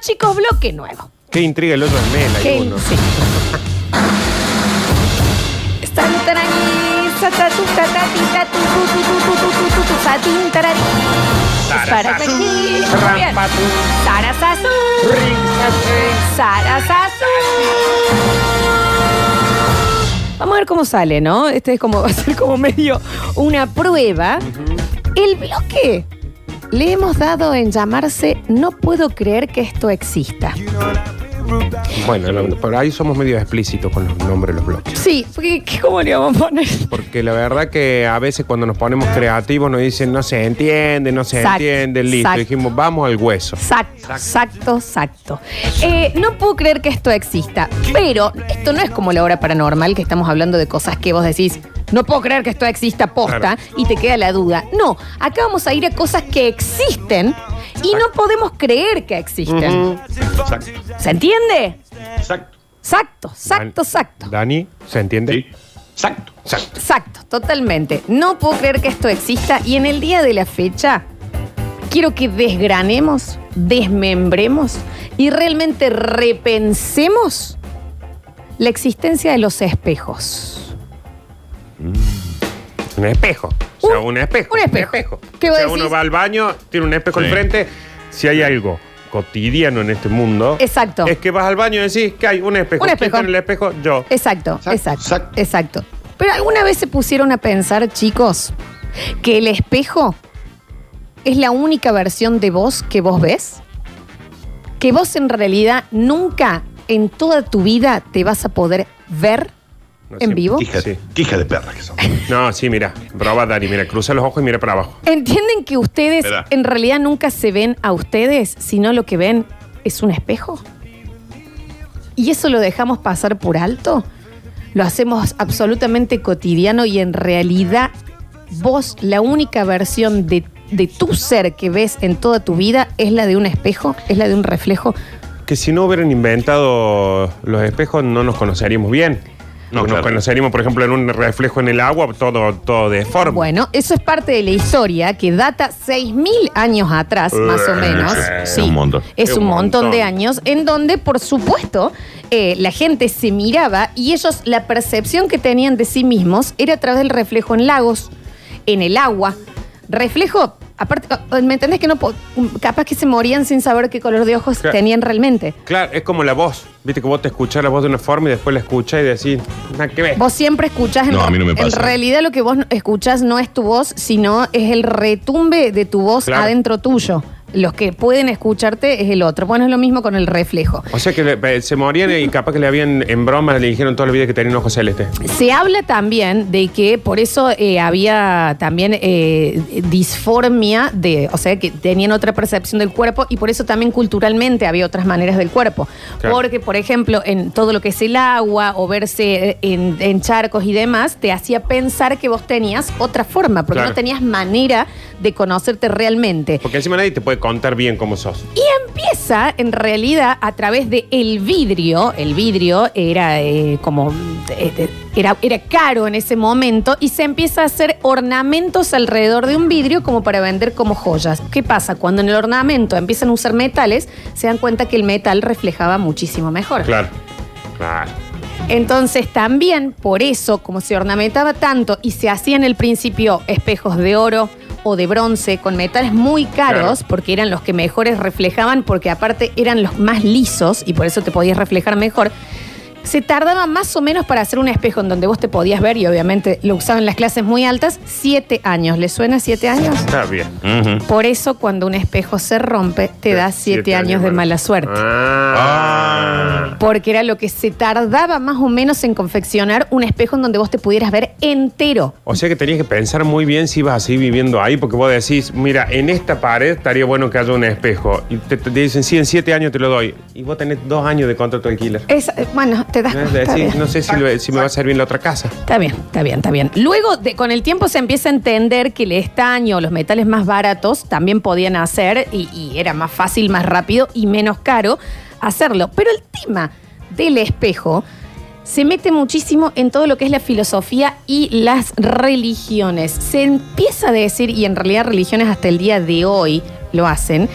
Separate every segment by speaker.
Speaker 1: chicos, bloque nuevo.
Speaker 2: Qué intriga el otro en Mela.
Speaker 1: ¿Qué?
Speaker 2: alguno.
Speaker 1: Sí. San, taraní, sa, ta, tu, ta, ta, ti, ta, tu, tu, tu, tu, tu, tu, tu, tu, tu, sa, tin, tararí. Sara, sa, ti. Bien. Sara, sa, su. Sara, sa, su. Vamos a ver cómo sale, ¿no? Este es como va a ser como medio una prueba. El bloque le hemos dado en llamarse No puedo creer que esto exista.
Speaker 2: Bueno, no, por ahí somos medio explícitos con los nombres de los bloques.
Speaker 1: Sí, porque ¿qué- ¿cómo le vamos a poner?
Speaker 2: Porque la verdad que a veces cuando nos ponemos creativos nos dicen no se entiende, no se
Speaker 1: Exacto,
Speaker 2: entiende, listo.
Speaker 1: exacto.
Speaker 2: Dijimos, vamos al hueso.
Speaker 1: Exacto, exacto, exacto. Eh, no puedo creer que esto exista, pero esto no es como la hora paranormal, que estamos hablando de cosas que vos decís, no puedo creer que esto exista posta
Speaker 2: Claro.
Speaker 1: y te queda la duda. No, acá vamos a ir a cosas que existen y no podemos creer que existen.
Speaker 3: Exacto,
Speaker 1: ¿Se entiende?
Speaker 3: exacto,
Speaker 1: Exacto, exacto, exacto.
Speaker 2: Dani, ¿se entiende?
Speaker 3: sí, exacto.
Speaker 2: Exacto.
Speaker 1: Exacto, totalmente. No puedo creer que esto exista y en el día de la fecha quiero que desgranemos, desmembremos y realmente repensemos la existencia de los espejos.
Speaker 2: Un espejo. O sea, un, espejo.
Speaker 1: un espejo. ¿Qué
Speaker 2: o
Speaker 1: vos
Speaker 2: sea,
Speaker 1: decís?
Speaker 2: uno va al baño, tiene un espejo
Speaker 3: Sí.
Speaker 2: enfrente. Si hay algo cotidiano en este mundo,
Speaker 1: Exacto.
Speaker 2: es que vas al baño y decís que hay un espejo.
Speaker 1: Un
Speaker 2: ¿Quién
Speaker 1: espejo.
Speaker 2: está en el espejo, yo.
Speaker 1: Exacto, exacto,
Speaker 3: Exacto,
Speaker 1: exacto.
Speaker 3: exacto.
Speaker 1: Pero alguna vez se pusieron a pensar, chicos, que el espejo es la única versión de vos que vos ves. Que vos en realidad nunca en toda tu vida te vas a poder ver
Speaker 2: No,
Speaker 1: en
Speaker 2: sí.
Speaker 1: vivo.
Speaker 3: Qué hija,
Speaker 2: Sí.
Speaker 3: qué hija de perra que son.
Speaker 2: No, sí, mira. Proba, Dani, mira, cruza los ojos y mira para abajo.
Speaker 1: ¿Entienden que ustedes
Speaker 3: Verá.
Speaker 1: en realidad nunca se ven a ustedes, sino lo que ven es un espejo? ¿Y eso lo dejamos pasar por alto? Lo hacemos absolutamente cotidiano y en realidad vos la única versión de, de tu ser que ves en toda tu vida es la de un espejo, es la de un reflejo.
Speaker 2: Que si no hubieran inventado los espejos, no nos conoceríamos bien. No,
Speaker 3: No,
Speaker 2: nos
Speaker 3: claro.
Speaker 2: conoceríamos, por ejemplo, en un reflejo en el agua, todo, todo deforme.
Speaker 1: Bueno, eso es parte de la historia que data 6.000 años atrás, más o menos.
Speaker 3: es un montón.
Speaker 1: Es
Speaker 2: Es
Speaker 1: un
Speaker 2: un
Speaker 1: montón de
Speaker 2: montón.
Speaker 1: años en donde, por supuesto, eh, la gente se miraba y ellos la percepción que tenían de sí mismos era a través del reflejo en lagos, en el agua. Reflejo, aparte, oh, ¿me entendés que no? po- Capaz que se morían sin saber qué color de ojos
Speaker 2: Claro.
Speaker 1: tenían realmente.
Speaker 2: Claro, es como la voz. Viste que vos te escuchás la voz de una forma y después la escuchás y decís, nada que ver.
Speaker 1: Vos siempre escuchás en,
Speaker 3: No, a mí no me
Speaker 1: en
Speaker 3: pasa.
Speaker 1: realidad lo que vos escuchás no es tu voz, sino es el retumbe de tu voz
Speaker 2: Claro.
Speaker 1: adentro tuyo. Los que pueden escucharte es el otro. Bueno, es lo mismo con el reflejo.
Speaker 2: O sea que le- eh, se morían y capaz que le habían en broma le dijeron toda la vida que tenían ojos celestes.
Speaker 1: Se habla también de que por eso eh, había también eh, disformia de, o sea, que tenían otra percepción del cuerpo y por eso también culturalmente había otras maneras del cuerpo.
Speaker 2: Claro.
Speaker 1: Porque, por ejemplo, en todo lo que es el agua o verse eh, en, en charcos y demás, te hacía pensar que vos tenías otra forma, porque
Speaker 2: Claro.
Speaker 1: no tenías manera de conocerte realmente.
Speaker 2: Porque encima nadie te puede contar bien cómo sos.
Speaker 1: Empieza en realidad a través de el vidrio. El vidrio era eh, como eh, eh, era, era caro en ese momento y se empieza a hacer ornamentos alrededor de un vidrio como para vender como joyas. ¿Qué pasa? Cuando en el ornamento empiezan a usar metales, se dan cuenta que el metal reflejaba muchísimo mejor.
Speaker 2: Claro. Claro.
Speaker 1: Entonces también por eso, como se ornamentaba tanto y se hacían al principio espejos de oro o de bronce con metales muy caros,
Speaker 2: Claro.
Speaker 1: porque eran los que mejores reflejaban, porque aparte eran los más lisos y por eso te podías reflejar mejor. Se tardaba más o menos para hacer un espejo en donde vos te podías ver y obviamente lo usaban en las clases muy altas, siete años. ¿Le suena siete años?
Speaker 2: Está bien.
Speaker 3: Ujú.
Speaker 1: Por eso cuando un espejo se rompe te da Mm. siete, años, de mala suerte.
Speaker 2: Ah.
Speaker 1: Porque era lo que se tardaba más o menos en confeccionar un espejo en donde vos te pudieras ver entero.
Speaker 2: O sea que tenías que pensar muy bien si ibas a seguir viviendo ahí, porque vos decís, mira, en esta pared estaría bueno que haya un espejo. Y te, te dicen, sí, en siete años te lo doy. Y vos tenés dos años de contrato de alquiler.
Speaker 1: Esa- eh, bueno, te das
Speaker 2: ¿No? Es
Speaker 1: cuenta. Está
Speaker 2: decir,
Speaker 1: bien,
Speaker 2: no sé si, lo- si me va a servir la otra casa.
Speaker 1: está bien, está bien, está bien. Luego, de- con el tiempo se empieza a entender que el estaño, los metales más baratos, también podían hacer y, y era más fácil, más rápido y menos caro hacerlo. Pero el tema del espejo se mete muchísimo en todo lo que es la filosofía y las religiones. Se empieza a decir, y en realidad religiones hasta el día de hoy lo hacen,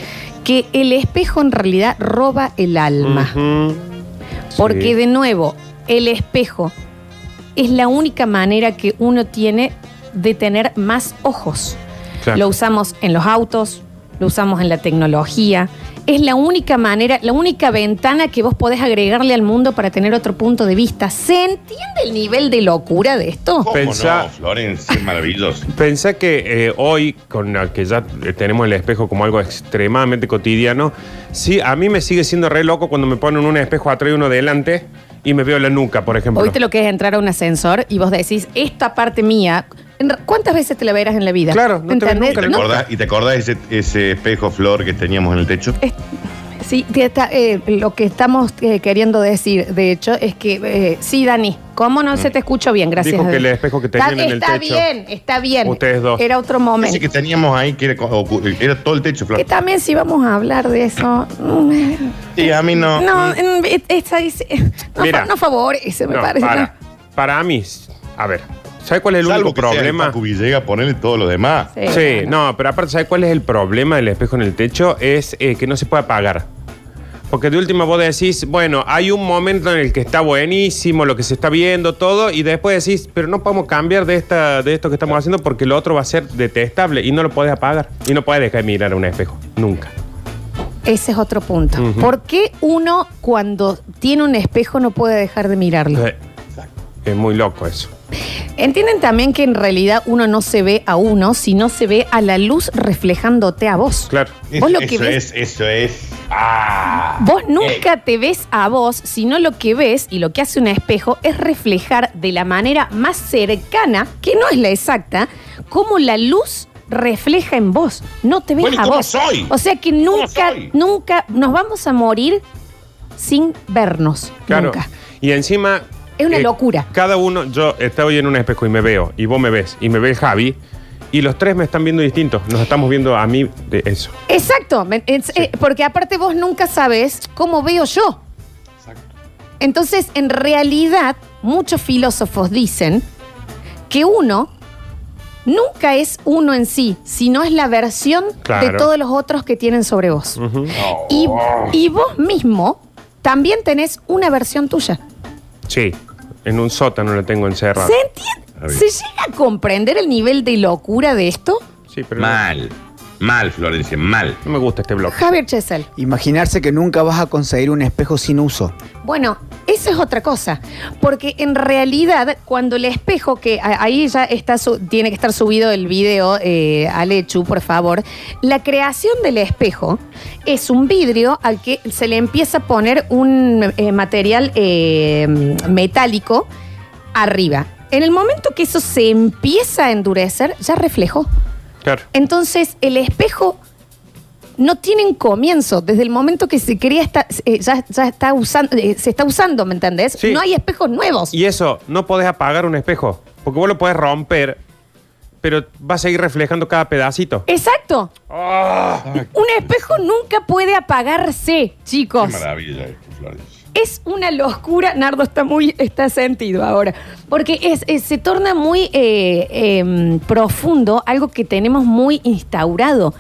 Speaker 1: que el espejo en realidad roba el
Speaker 2: Mm.
Speaker 1: alma.
Speaker 2: Ujú.
Speaker 1: Porque
Speaker 2: Sí.
Speaker 1: de nuevo, el espejo es la única manera que uno tiene de tener más ojos.
Speaker 2: Claro.
Speaker 1: Lo usamos en los autos, lo usamos en la tecnología. Es la única manera, la única ventana que vos podés agregarle al mundo para tener otro punto de vista. ¿Se entiende el nivel de locura de esto?
Speaker 3: ¿Cómo
Speaker 2: Pensá-
Speaker 3: no, Florencia? Es maravilloso.
Speaker 2: Pensá que eh, hoy, con la que ya eh, tenemos el espejo como algo extremadamente cotidiano, sí, a mí me sigue siendo re loco cuando me ponen un espejo atrás y uno delante y me veo la nuca, por ejemplo.
Speaker 1: Oíste lo que es entrar a un ascensor y vos decís, esta parte mía, en re- ¿cuántas veces te la verás en la vida?
Speaker 2: Claro, no te ves
Speaker 1: ¿Entendés?
Speaker 2: nunca,
Speaker 3: ¿Te
Speaker 2: ¿No?
Speaker 3: acordás- ¿Y te acordás ese, ese espejo flor que teníamos en el techo?
Speaker 1: Sí, te está- eh, lo que estamos eh, queriendo decir, de hecho, es que eh, sí, Dani, ¿cómo no se te escucho bien? Gracias.
Speaker 2: Mm. Dijo
Speaker 1: a
Speaker 2: que
Speaker 1: Dios.
Speaker 2: el espejo que
Speaker 1: está,
Speaker 2: tenían en el
Speaker 1: está
Speaker 2: techo.
Speaker 1: bien, está bien.
Speaker 2: Ustedes dos.
Speaker 1: Era otro
Speaker 3: Ese
Speaker 1: momento.
Speaker 3: que teníamos ahí que era, co- ocu- era todo el techo
Speaker 1: Que
Speaker 3: flor.
Speaker 1: también si vamos a hablar de eso. mm,
Speaker 3: Sí, a mí no.
Speaker 1: No, mm, eh, esa es- eh, no,
Speaker 2: Mira.
Speaker 1: fa- no favor, ese me
Speaker 2: No,
Speaker 1: parece.
Speaker 2: para,
Speaker 1: ¿no?
Speaker 2: para mí, s- a ver, ¿sabes cuál es el
Speaker 3: Salvo
Speaker 2: único
Speaker 3: que sea el
Speaker 2: problema?
Speaker 3: Paco Villegas, ponerle todo lo demás.
Speaker 1: Sí,
Speaker 2: Sí,
Speaker 1: bueno.
Speaker 2: no, pero aparte, ¿sabes cuál es el problema del espejo en el techo? Es eh, que no se puede apagar. Porque de última vos decís, bueno, hay un momento en el que está buenísimo lo que se está viendo, todo, y después decís, pero no podemos cambiar de, esta, de esto que estamos haciendo porque lo otro va a ser detestable y no lo podés apagar. Y no podés dejar de mirar a un espejo, nunca.
Speaker 1: Ese es otro punto.
Speaker 2: Ujú.
Speaker 1: ¿Por qué uno cuando tiene un espejo no puede dejar de mirarlo?
Speaker 2: Eh, Es muy loco eso.
Speaker 1: Entienden también que en realidad uno no se ve a uno, sino se ve a la luz reflejándote a vos.
Speaker 2: Claro.
Speaker 1: Vos lo
Speaker 3: eso
Speaker 1: que ves-
Speaker 3: es, eso es. Ah.
Speaker 1: Vos nunca te ves a vos, sino lo que ves y lo que hace un espejo es reflejar de la manera más cercana, que no es la exacta, cómo la luz refleja en vos. No te ves
Speaker 3: Bueno, ¿y
Speaker 1: a
Speaker 3: cómo
Speaker 1: vos.
Speaker 3: soy?
Speaker 1: O sea que
Speaker 3: ¿Cómo
Speaker 1: nunca,
Speaker 3: soy?
Speaker 1: nunca nos vamos a morir sin vernos.
Speaker 2: Claro.
Speaker 1: Nunca.
Speaker 2: Y encima. eh,
Speaker 1: Es una locura.
Speaker 2: Cada uno, yo estoy en un espejo y me veo, y vos me ves, y me ve el Javi, y los tres me están viendo distintos. Nos estamos viendo a mí de eso.
Speaker 1: Exacto, me- es- eh, porque aparte vos nunca sabes cómo veo yo. Entonces, en realidad, muchos filósofos dicen que uno nunca es uno en sí, sino es la versión de
Speaker 2: Claro.
Speaker 1: todos los otros que tienen sobre vos.
Speaker 2: Ujú. Oh.
Speaker 3: No.
Speaker 1: y, y vos mismo también tenés una versión tuya.
Speaker 2: Sí, en un sótano la tengo encerrada.
Speaker 1: ¿Se entiende?
Speaker 3: Está
Speaker 1: ¿Se llega a comprender el nivel de locura de esto?
Speaker 2: Sí, pero no-
Speaker 3: Mal. Mal, Florencia, mal.
Speaker 2: no, me gusta este blog.
Speaker 1: Javier Chesel.
Speaker 4: Imaginarse que nunca vas a conseguir un espejo sin uso.
Speaker 1: Bueno, eso es otra cosa, porque en realidad cuando el espejo, que a- ahí ya está su- tiene que estar subido el video eh, al hecho, por favor, la creación del espejo es un vidrio al que se le empieza a poner un eh, material eh, metálico arriba. En el momento que eso se empieza a endurecer, ya reflejó.
Speaker 2: Claro.
Speaker 1: Entonces, el espejo no tiene un comienzo. Desde el momento que se crea, está, eh, ya, ya está usando, eh, se está usando, ¿me entendés?
Speaker 2: Sí.
Speaker 1: No hay espejos nuevos.
Speaker 2: Y eso, no podés apagar un espejo, porque vos lo podés romper, pero va a seguir reflejando cada pedacito.
Speaker 1: Exacto.
Speaker 2: Ah.
Speaker 1: Un espejo nunca puede apagarse,
Speaker 3: Qué
Speaker 1: chicos.
Speaker 3: maravilla esto, Florencia.
Speaker 1: Es una locura. Nardo está muy, está sentido ahora. Porque es, es- se torna muy eh, em, profundo algo que tenemos muy instaurado.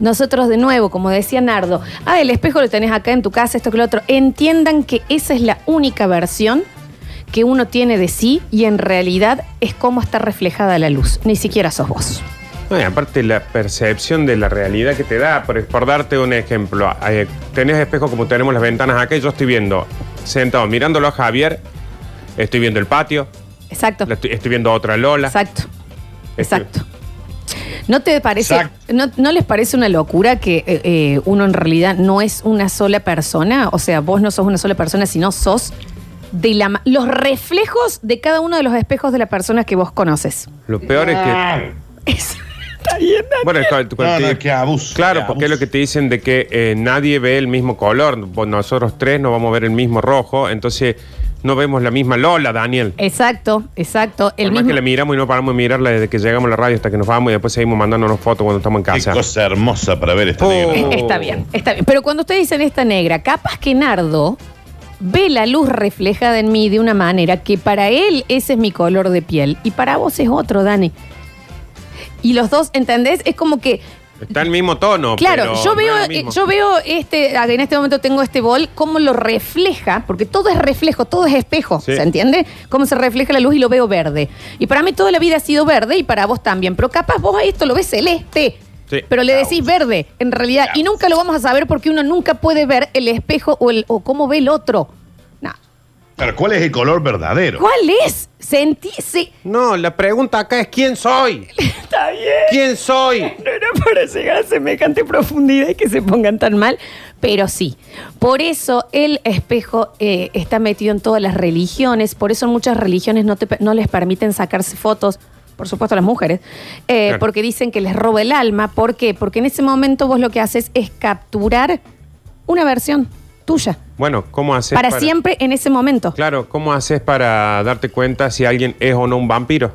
Speaker 1: Nosotros, de nuevo, como decía Nardo, ah, el espejo lo tenés acá en tu casa, esto que lo otro. Entiendan que esa es la única versión que uno tiene de sí y en realidad es cómo está reflejada la luz. Ni siquiera sos vos.
Speaker 2: No, y aparte la percepción de la realidad que te da, por, por darte un ejemplo, eh, tenés espejo como tenemos las ventanas acá y yo estoy viendo, sentado mirándolo a Javier, estoy viendo el patio,
Speaker 1: Exacto.
Speaker 2: la estoy, estoy viendo a otra Lola.
Speaker 1: Exacto.
Speaker 2: Este-
Speaker 1: Exacto. ¿No te parece,
Speaker 3: Exacto.
Speaker 1: no, no les parece una locura que eh, eh, uno en realidad no es una sola persona? O sea, vos no sos una sola persona, sino sos de la, ma- los reflejos de cada uno de los espejos de la persona que vos conoces.
Speaker 2: Lo peor es que...
Speaker 1: Es- Está bien, ¿no?
Speaker 2: Bueno, es que-
Speaker 3: No, no, qué abuso.
Speaker 2: Claro,
Speaker 3: qué
Speaker 2: porque es lo que
Speaker 3: abuso.
Speaker 2: te dicen de que eh, nadie ve el mismo color. Vos- Nosotros tres no vamos a ver el mismo rojo, entonces no vemos la misma Lola, Daniel.
Speaker 1: Exacto, exacto. El
Speaker 2: Por más
Speaker 1: mismo-
Speaker 2: que la miramos y no paramos de mirarla desde que llegamos a la radio hasta que nos vamos y después seguimos mandándonos fotos cuando estamos en
Speaker 3: Qué
Speaker 2: casa.
Speaker 3: cosa hermosa para ver esta
Speaker 2: Oh.
Speaker 1: Eh,
Speaker 3: negra.
Speaker 1: Está bien, está bien. Pero cuando ustedes dicen esta negra, capaz que Nardo ve la luz reflejada en mí de una manera que para él ese es mi color de piel y para vos es otro, Dani. Y los dos, ¿entendés? Es como que
Speaker 2: Está el mismo tono.
Speaker 1: Claro,
Speaker 2: pero
Speaker 1: yo
Speaker 2: no
Speaker 1: veo,
Speaker 2: es lo
Speaker 1: eh,
Speaker 2: mismo.
Speaker 1: yo veo este, en este momento tengo este bol, cómo lo refleja, porque todo es reflejo, todo es espejo,
Speaker 2: Sí.
Speaker 1: ¿se entiende? Cómo se refleja la luz y lo veo verde. Y para mí toda la vida ha sido verde y para vos también, pero capaz vos a esto lo ves celeste.
Speaker 2: Sí.
Speaker 1: Pero le decís verde, en realidad, y nunca lo vamos a saber porque uno nunca puede ver el espejo o, el, o cómo ve el otro. No.
Speaker 3: Pero ¿cuál es el color verdadero?
Speaker 1: ¿Cuál es? Sentí, sí.
Speaker 2: No, la pregunta acá es ¿quién soy?
Speaker 1: Está bien.
Speaker 2: ¿Quién soy?
Speaker 1: No era para llegar a semejante profundidad y que se pongan tan mal, pero sí. Por eso el espejo eh, está metido en todas las religiones, por eso en muchas religiones no, te pe- no les permiten sacarse fotos, por supuesto a las mujeres, eh,
Speaker 2: Claro.
Speaker 1: porque dicen que les roba el alma. ¿Por qué? Porque en ese momento vos lo que haces es capturar una versión tuya,
Speaker 2: Bueno, ¿cómo haces
Speaker 1: para, siempre en ese momento.
Speaker 2: Claro, ¿cómo haces para darte cuenta si alguien es o no un vampiro?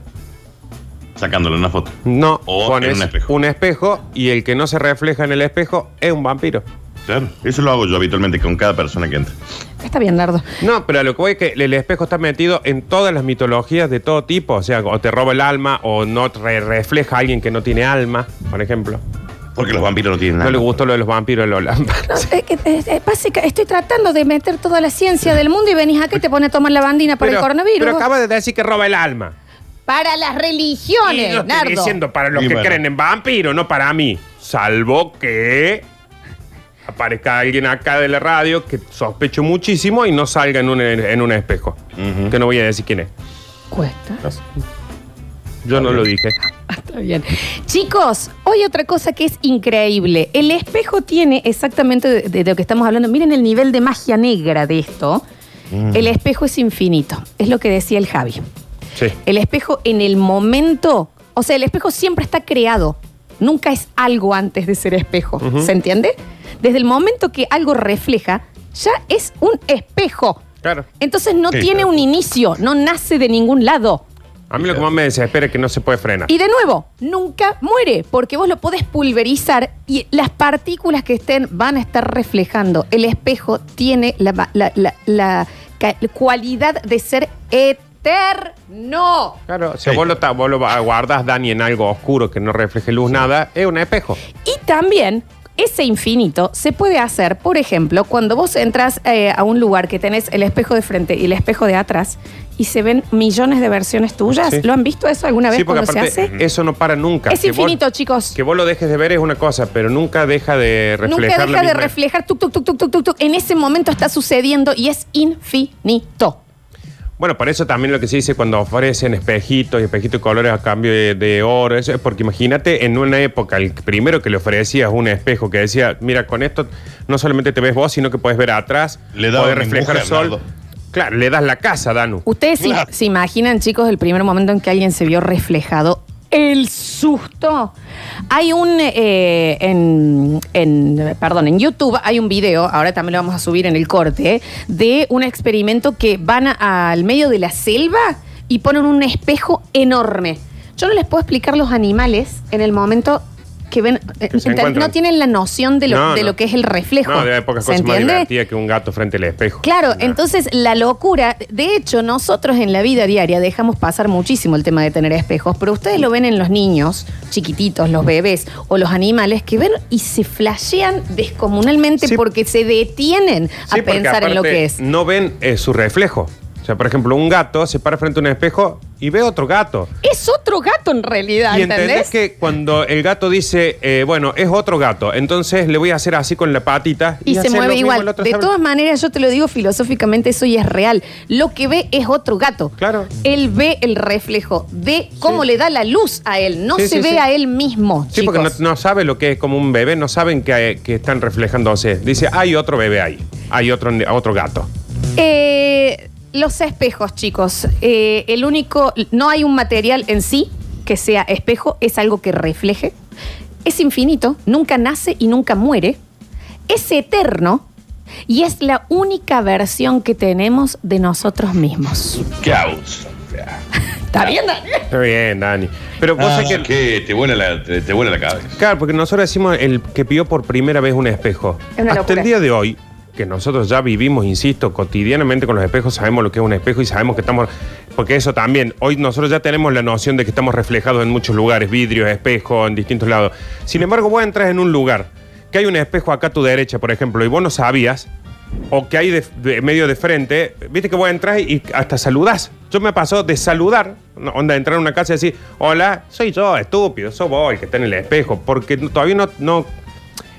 Speaker 3: Sacándole una foto.
Speaker 2: No,
Speaker 3: O
Speaker 2: pones
Speaker 3: en un espejo.
Speaker 2: espejo y el que no se refleja en el espejo es un vampiro.
Speaker 3: Claro. Eso lo hago yo habitualmente con cada persona que entra.
Speaker 1: Está bien, Nardo.
Speaker 2: No, pero a lo que voy es que el espejo está metido en todas las mitologías de todo tipo. O sea, o te roba el alma o no te refleja a alguien que no tiene alma, por ejemplo.
Speaker 3: Porque los vampiros no tienen
Speaker 2: No
Speaker 3: nada.
Speaker 2: le gustó lo de los vampiros, Lola.
Speaker 1: No, eh, que, eh, eh, básica- estoy tratando de meter toda la ciencia del mundo y venís acá y te pones a tomar la bandina para el coronavirus.
Speaker 2: Pero acaba de decir que roba el alma.
Speaker 1: Para las
Speaker 2: Y
Speaker 1: religiones,
Speaker 2: yo estoy
Speaker 1: Nardo.
Speaker 2: diciendo para los
Speaker 3: Y
Speaker 2: que
Speaker 3: bueno.
Speaker 2: creen en vampiros, no para mí. Salvo que aparezca alguien acá de la radio que sospecho muchísimo y no salga en un, en un espejo.
Speaker 3: Ujú.
Speaker 2: Que no voy a decir quién es.
Speaker 1: Cuesta. Ah,
Speaker 2: Yo no lo dije.
Speaker 1: Está bien. Chicos, hoy otra cosa que es increíble. El espejo tiene exactamente de, de lo que estamos hablando. Miren el nivel de magia negra de esto.
Speaker 2: Mm.
Speaker 1: El espejo es infinito. Es lo que decía el Javi.
Speaker 2: Sí.
Speaker 1: El espejo en el momento, o sea, el espejo siempre está creado. Nunca es algo antes de ser espejo. ¿Se entiende? Desde el momento que algo refleja, ya es un espejo.
Speaker 2: Claro.
Speaker 1: Entonces no
Speaker 3: Sí,
Speaker 1: tiene
Speaker 3: claro.
Speaker 1: un inicio, no nace de ningún lado.
Speaker 2: A mí lo que más me desespera es que no se puede frenar.
Speaker 1: Y de nuevo, nunca muere, porque vos lo podés pulverizar y las partículas que estén van a estar reflejando. El espejo tiene la, va- la- la- la ca- cualidad de ser eterno.
Speaker 2: Claro, si
Speaker 3: Sí.
Speaker 2: vos lo, ta- vos lo guardas, Dani, en algo oscuro que no refleje luz, nada, es un espejo.
Speaker 1: Y también ese infinito se puede hacer, por ejemplo, cuando vos entras eh, a un lugar que tenés el espejo de frente y el espejo de atrás y se ven millones de versiones tuyas.
Speaker 2: Sí.
Speaker 1: ¿Lo han visto eso alguna vez
Speaker 2: Sí, porque
Speaker 1: cuando se
Speaker 2: aparte
Speaker 1: hace?
Speaker 2: eso no para nunca.
Speaker 1: Es
Speaker 2: Que vos-
Speaker 1: infinito, chicos.
Speaker 2: Que vos lo dejes de ver es una cosa, pero nunca deja de reflejar
Speaker 1: Nunca
Speaker 2: la
Speaker 1: deja de
Speaker 2: misma-
Speaker 1: reflejar tuk, tuk, tuk, tuk, tuk, tuk, tuk. En ese momento está sucediendo y es infinito.
Speaker 2: Bueno, para eso también lo que se dice cuando ofrecen espejitos y espejitos de colores a cambio de, de oro, eso es porque imagínate en una época el primero que le ofrecías un espejo que decía, mira, con esto no solamente te ves vos, sino que puedes ver atrás,
Speaker 3: Le daba
Speaker 2: podés
Speaker 3: mi
Speaker 2: reflejar
Speaker 3: mujer,
Speaker 2: sol.
Speaker 3: Nardo.
Speaker 2: Claro, le das la casa, Danu.
Speaker 1: Ustedes se-
Speaker 3: Claro.
Speaker 1: se imaginan, chicos, el primer momento en que alguien se vio reflejado. El susto. Hay un eh, en, en- perdón, en YouTube hay un video, ahora también lo vamos a subir en el corte, eh, de un experimento que van a- al medio de la selva y ponen un espejo enorme. Yo no les puedo explicar los animales en el momento que ven. eh,
Speaker 2: se
Speaker 1: enten-
Speaker 2: encuentran.
Speaker 1: no tienen la noción de lo,
Speaker 2: No,
Speaker 1: de
Speaker 2: no.
Speaker 1: lo que es el reflejo.
Speaker 2: No, de pocas
Speaker 1: ¿Se
Speaker 2: cosas más
Speaker 1: entiende?
Speaker 2: divertidas que un gato frente al espejo.
Speaker 1: Claro,
Speaker 2: No.
Speaker 1: entonces la locura, de hecho nosotros en la vida diaria dejamos pasar muchísimo el tema de tener espejos, pero ustedes lo ven en los niños chiquititos, los bebés o los animales que ven y se flashean descomunalmente
Speaker 2: Sí.
Speaker 1: porque se detienen
Speaker 2: Sí,
Speaker 1: a
Speaker 2: porque
Speaker 1: pensar en lo
Speaker 2: aparte
Speaker 1: que es.
Speaker 2: No ven eh, su reflejo. O sea, por ejemplo, un gato se para frente a un espejo y ve otro gato.
Speaker 1: Es otro gato en realidad,
Speaker 2: Y
Speaker 1: ¿entendés?
Speaker 2: entendés que cuando el gato dice, eh, bueno, es otro gato, entonces le voy a hacer así con la patita.
Speaker 1: Y, se
Speaker 2: hacer lo
Speaker 1: mueve
Speaker 2: mismo
Speaker 1: igual.
Speaker 2: el otro
Speaker 1: De
Speaker 2: sabe.
Speaker 1: todas maneras, yo te lo digo filosóficamente, eso y es real. Lo que ve es otro gato.
Speaker 2: Claro.
Speaker 1: Él ve el reflejo de cómo le da la luz a él. No
Speaker 2: Sí,
Speaker 1: se
Speaker 2: sí,
Speaker 1: ve
Speaker 2: sí.
Speaker 1: a él mismo.
Speaker 2: Sí, porque no,
Speaker 1: chicos.
Speaker 2: no sabe lo que es como un bebé, no saben que, que están reflejándose. Dice, hay otro bebé ahí, hay otro, otro gato.
Speaker 1: Eh, los espejos, chicos. Eh, el único, no hay un material en sí que sea espejo, es algo que refleje. Es infinito, nunca nace y nunca muere. Es eterno y es la única versión que tenemos de nosotros mismos.
Speaker 3: ¿Qué haus?
Speaker 1: ¿Está bien, Daniel?
Speaker 2: Está bien, Dani. Pero vos
Speaker 3: Ah,
Speaker 2: sabés que...
Speaker 3: que te vuela la, te, te vuela la cabeza.
Speaker 2: Claro, porque nosotros decimos el que pidió por primera vez un espejo.
Speaker 1: Es una
Speaker 2: Hasta
Speaker 1: locura.
Speaker 2: el día de hoy, que nosotros ya vivimos, insisto, cotidianamente con los espejos, sabemos lo que es un espejo y sabemos que estamos. Porque eso también, hoy nosotros ya tenemos la noción de que estamos reflejados en muchos lugares, vidrios, espejos, en distintos lados. Sin embargo, vos entras en un lugar, que hay un espejo acá a tu derecha, por ejemplo, y vos no sabías, o que hay de- de- medio de frente, viste que vos entras y hasta saludás. Yo me pasó de saludar, no, onda, entrar a una casa y decir, hola, soy yo, estúpido, soy vos el que está en el espejo, porque no- todavía no, no-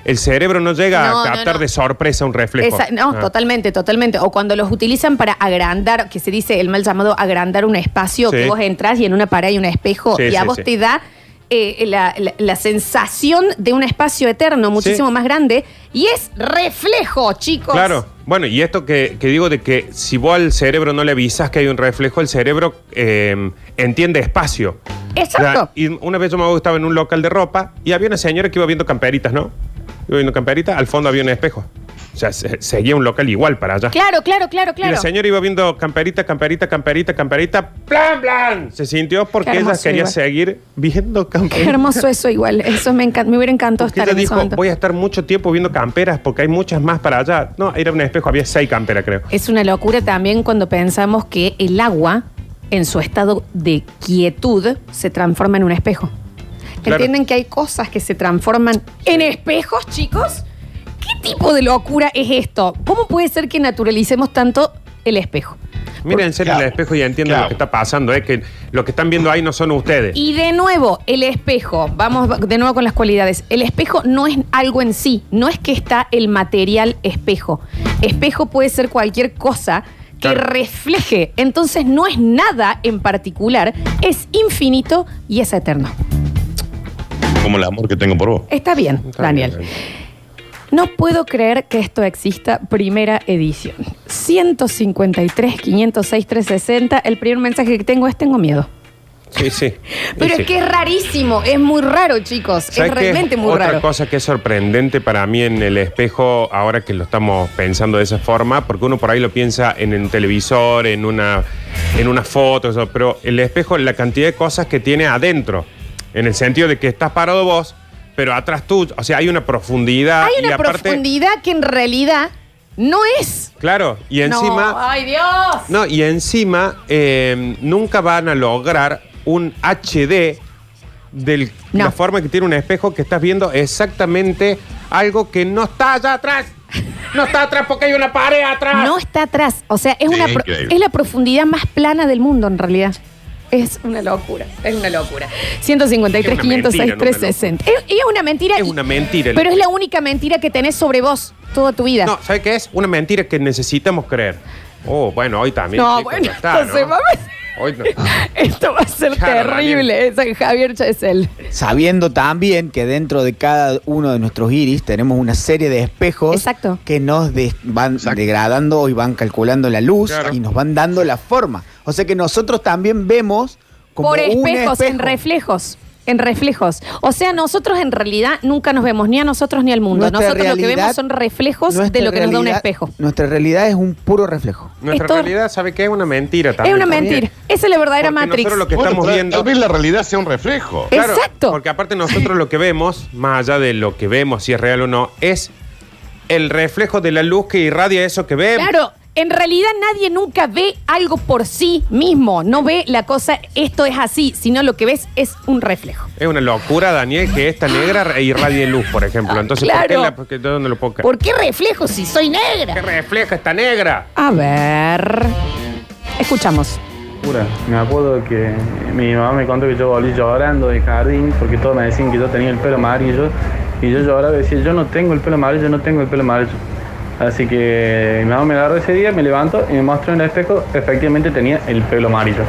Speaker 2: el cerebro no llega
Speaker 1: No,
Speaker 2: a
Speaker 1: no,
Speaker 2: captar
Speaker 1: no.
Speaker 2: de sorpresa un reflejo.
Speaker 1: Esa- no,
Speaker 2: Ah.
Speaker 1: totalmente, totalmente. O cuando los utilizan para agrandar, que se dice el mal llamado agrandar un espacio,
Speaker 2: Sí.
Speaker 1: que vos entras y en una pared hay un espejo
Speaker 2: Sí,
Speaker 1: y a
Speaker 2: sí,
Speaker 1: vos
Speaker 2: sí.
Speaker 1: te da eh, la, la- la sensación de un espacio eterno, muchísimo
Speaker 2: Sí.
Speaker 1: más grande. Y es reflejo, chicos.
Speaker 2: Claro. Bueno, y esto que, que digo de que si vos al cerebro no le avisas que hay un reflejo, el cerebro eh, entiende espacio.
Speaker 1: Exacto.
Speaker 2: O sea, y una vez yo me estaba en un local de ropa y había una señora que iba viendo camperitas, ¿no? Iba viendo camperitas, al fondo había un espejo. O sea, se- seguía un local igual para allá.
Speaker 1: Claro, claro, claro,
Speaker 2: Y la
Speaker 1: claro.
Speaker 2: señora iba viendo camperita, camperita, camperita, camperita, plan, plan. Se sintió porque
Speaker 1: Qué
Speaker 2: ella
Speaker 1: hermoso
Speaker 2: quería
Speaker 1: igual.
Speaker 2: seguir viendo
Speaker 1: Qué
Speaker 2: camperitas.
Speaker 1: hermoso eso igual. Eso me, encanta, me hubiera encantado
Speaker 2: Porque
Speaker 1: estar en
Speaker 2: ella
Speaker 1: ese
Speaker 2: dijo,
Speaker 1: momento.
Speaker 2: voy a estar mucho tiempo viendo camperas porque hay muchas más para allá. No, era un espejo, había seis camperas, creo.
Speaker 1: Es una locura también cuando pensamos que el agua, en su estado de quietud, se transforma en un espejo.
Speaker 2: Claro.
Speaker 1: ¿Entienden que hay cosas que se transforman en espejos, chicos? ¿Qué tipo de locura es esto? ¿Cómo puede ser que naturalicemos tanto el espejo?
Speaker 2: Mírense en el
Speaker 3: Claro.
Speaker 2: espejo y entienden
Speaker 3: Claro.
Speaker 2: lo que está pasando. Es que lo que están viendo ahí no son ustedes.
Speaker 1: Y de nuevo, el espejo, vamos de nuevo con las cualidades. El espejo no es algo en sí, no es que está el material espejo. Espejo puede ser cualquier cosa que
Speaker 2: Claro.
Speaker 1: refleje, entonces no es nada en particular, es infinito y es eterno.
Speaker 3: Como el amor que tengo por vos.
Speaker 1: Está bien,
Speaker 2: Está
Speaker 1: Daniel.
Speaker 2: bien, Daniel.
Speaker 1: No puedo creer que esto exista, primera edición. 153, 506, 360, el primer mensaje que tengo es tengo miedo.
Speaker 2: Sí, sí.
Speaker 1: Pero
Speaker 2: Sí,
Speaker 1: es
Speaker 2: sí.
Speaker 1: que es rarísimo, es muy raro, chicos. Es
Speaker 2: ¿Sabes qué?
Speaker 1: realmente muy
Speaker 2: Otra
Speaker 1: raro.
Speaker 2: cosa que es sorprendente para mí en el espejo, ahora que lo estamos pensando de esa forma, porque uno por ahí lo piensa en un televisor, en una, en una foto, eso, pero el espejo, la cantidad de cosas que tiene adentro, en el sentido de que estás parado vos, pero atrás tú, o sea, hay una profundidad.
Speaker 1: Hay
Speaker 2: y
Speaker 1: una
Speaker 2: aparte-
Speaker 1: profundidad que en realidad no es.
Speaker 2: Claro, y encima...
Speaker 1: No, ¡Ay, Dios!
Speaker 2: No, y encima eh, nunca van a lograr un HD de
Speaker 1: No.
Speaker 2: la forma que tiene un espejo que estás viendo exactamente algo que no está allá atrás. No está atrás porque hay una pared atrás.
Speaker 1: No está atrás. O sea, es,
Speaker 3: Sí,
Speaker 1: una pro-
Speaker 3: increíble.
Speaker 1: es la profundidad más plana del mundo en realidad. Es una locura, es una locura. 153,
Speaker 2: Es una
Speaker 1: 506,
Speaker 2: mentira, no una locura.
Speaker 1: 360. Es, es una mentira.
Speaker 2: Es
Speaker 1: y-
Speaker 2: una mentira.
Speaker 1: Pero es la única mentira que tenés sobre vos toda tu vida.
Speaker 2: No, ¿sabes qué es? Una mentira que necesitamos creer. Oh, bueno, hoy también.
Speaker 1: No,
Speaker 2: chicos,
Speaker 1: bueno,
Speaker 2: ya está,
Speaker 1: entonces
Speaker 2: ¿no?
Speaker 1: vamos-
Speaker 2: Hoy no.
Speaker 1: Esto va a ser
Speaker 2: Claro,
Speaker 1: terrible, esa Javier Chesel.
Speaker 4: Sabiendo también que dentro de cada uno de nuestros iris tenemos una serie de espejos
Speaker 1: Exacto.
Speaker 4: que nos des- van
Speaker 3: Exacto.
Speaker 4: degradando y van calculando la luz
Speaker 2: Claro.
Speaker 4: y nos van dando la forma. O sea que nosotros también vemos como
Speaker 1: Por
Speaker 4: un
Speaker 1: espejos, en
Speaker 4: espejo.
Speaker 1: reflejos. En reflejos. O sea, nosotros en realidad nunca nos vemos, ni a nosotros ni al mundo.
Speaker 4: Nuestra
Speaker 1: nosotros lo que
Speaker 4: realidad-
Speaker 1: vemos son reflejos de
Speaker 4: nuestra
Speaker 1: lo que nos da un
Speaker 4: realidad-
Speaker 1: espejo.
Speaker 4: Nuestra realidad es un puro reflejo.
Speaker 2: Nuestra
Speaker 1: Esto-
Speaker 2: realidad, ¿sabe qué? Es una mentira
Speaker 1: Es
Speaker 2: también.
Speaker 1: una
Speaker 2: porque-
Speaker 1: mentira. Esa es la verdadera
Speaker 2: porque
Speaker 1: Matrix.
Speaker 2: Nosotros lo que
Speaker 3: Bueno,
Speaker 2: estamos
Speaker 3: tal-
Speaker 2: viendo.
Speaker 3: Tal vez la realidad sea un reflejo.
Speaker 1: Eh. Exacto.
Speaker 2: Porque aparte nosotros lo que vemos, más allá de lo que vemos, si es real o no, es el reflejo de la luz que irradia eso que vemos.
Speaker 1: Claro, en realidad nadie nunca ve algo por sí mismo. No ve la cosa, esto es así, sino lo que ves es un reflejo.
Speaker 2: Es una locura, Daniel, que esta negra re- irradie luz, por ejemplo. Entonces, ¿por
Speaker 1: Claro.
Speaker 2: qué la, porque yo no lo puedo creer?
Speaker 1: ¿Por qué reflejo si soy
Speaker 2: ¿Qué
Speaker 1: negra?
Speaker 2: refleja esta negra?
Speaker 1: A ver. Escuchamos.
Speaker 5: Pura. Me acuerdo que mi mamá me contó que yo volví llorando del jardín porque todos me decían que yo tenía el pelo amarillo y yo lloraba y decía, yo no tengo el pelo amarillo, yo no tengo el pelo amarillo. Así que mi mamá me agarró ese día, me levanto y me mostró en el espejo, efectivamente tenía el pelo amarillo.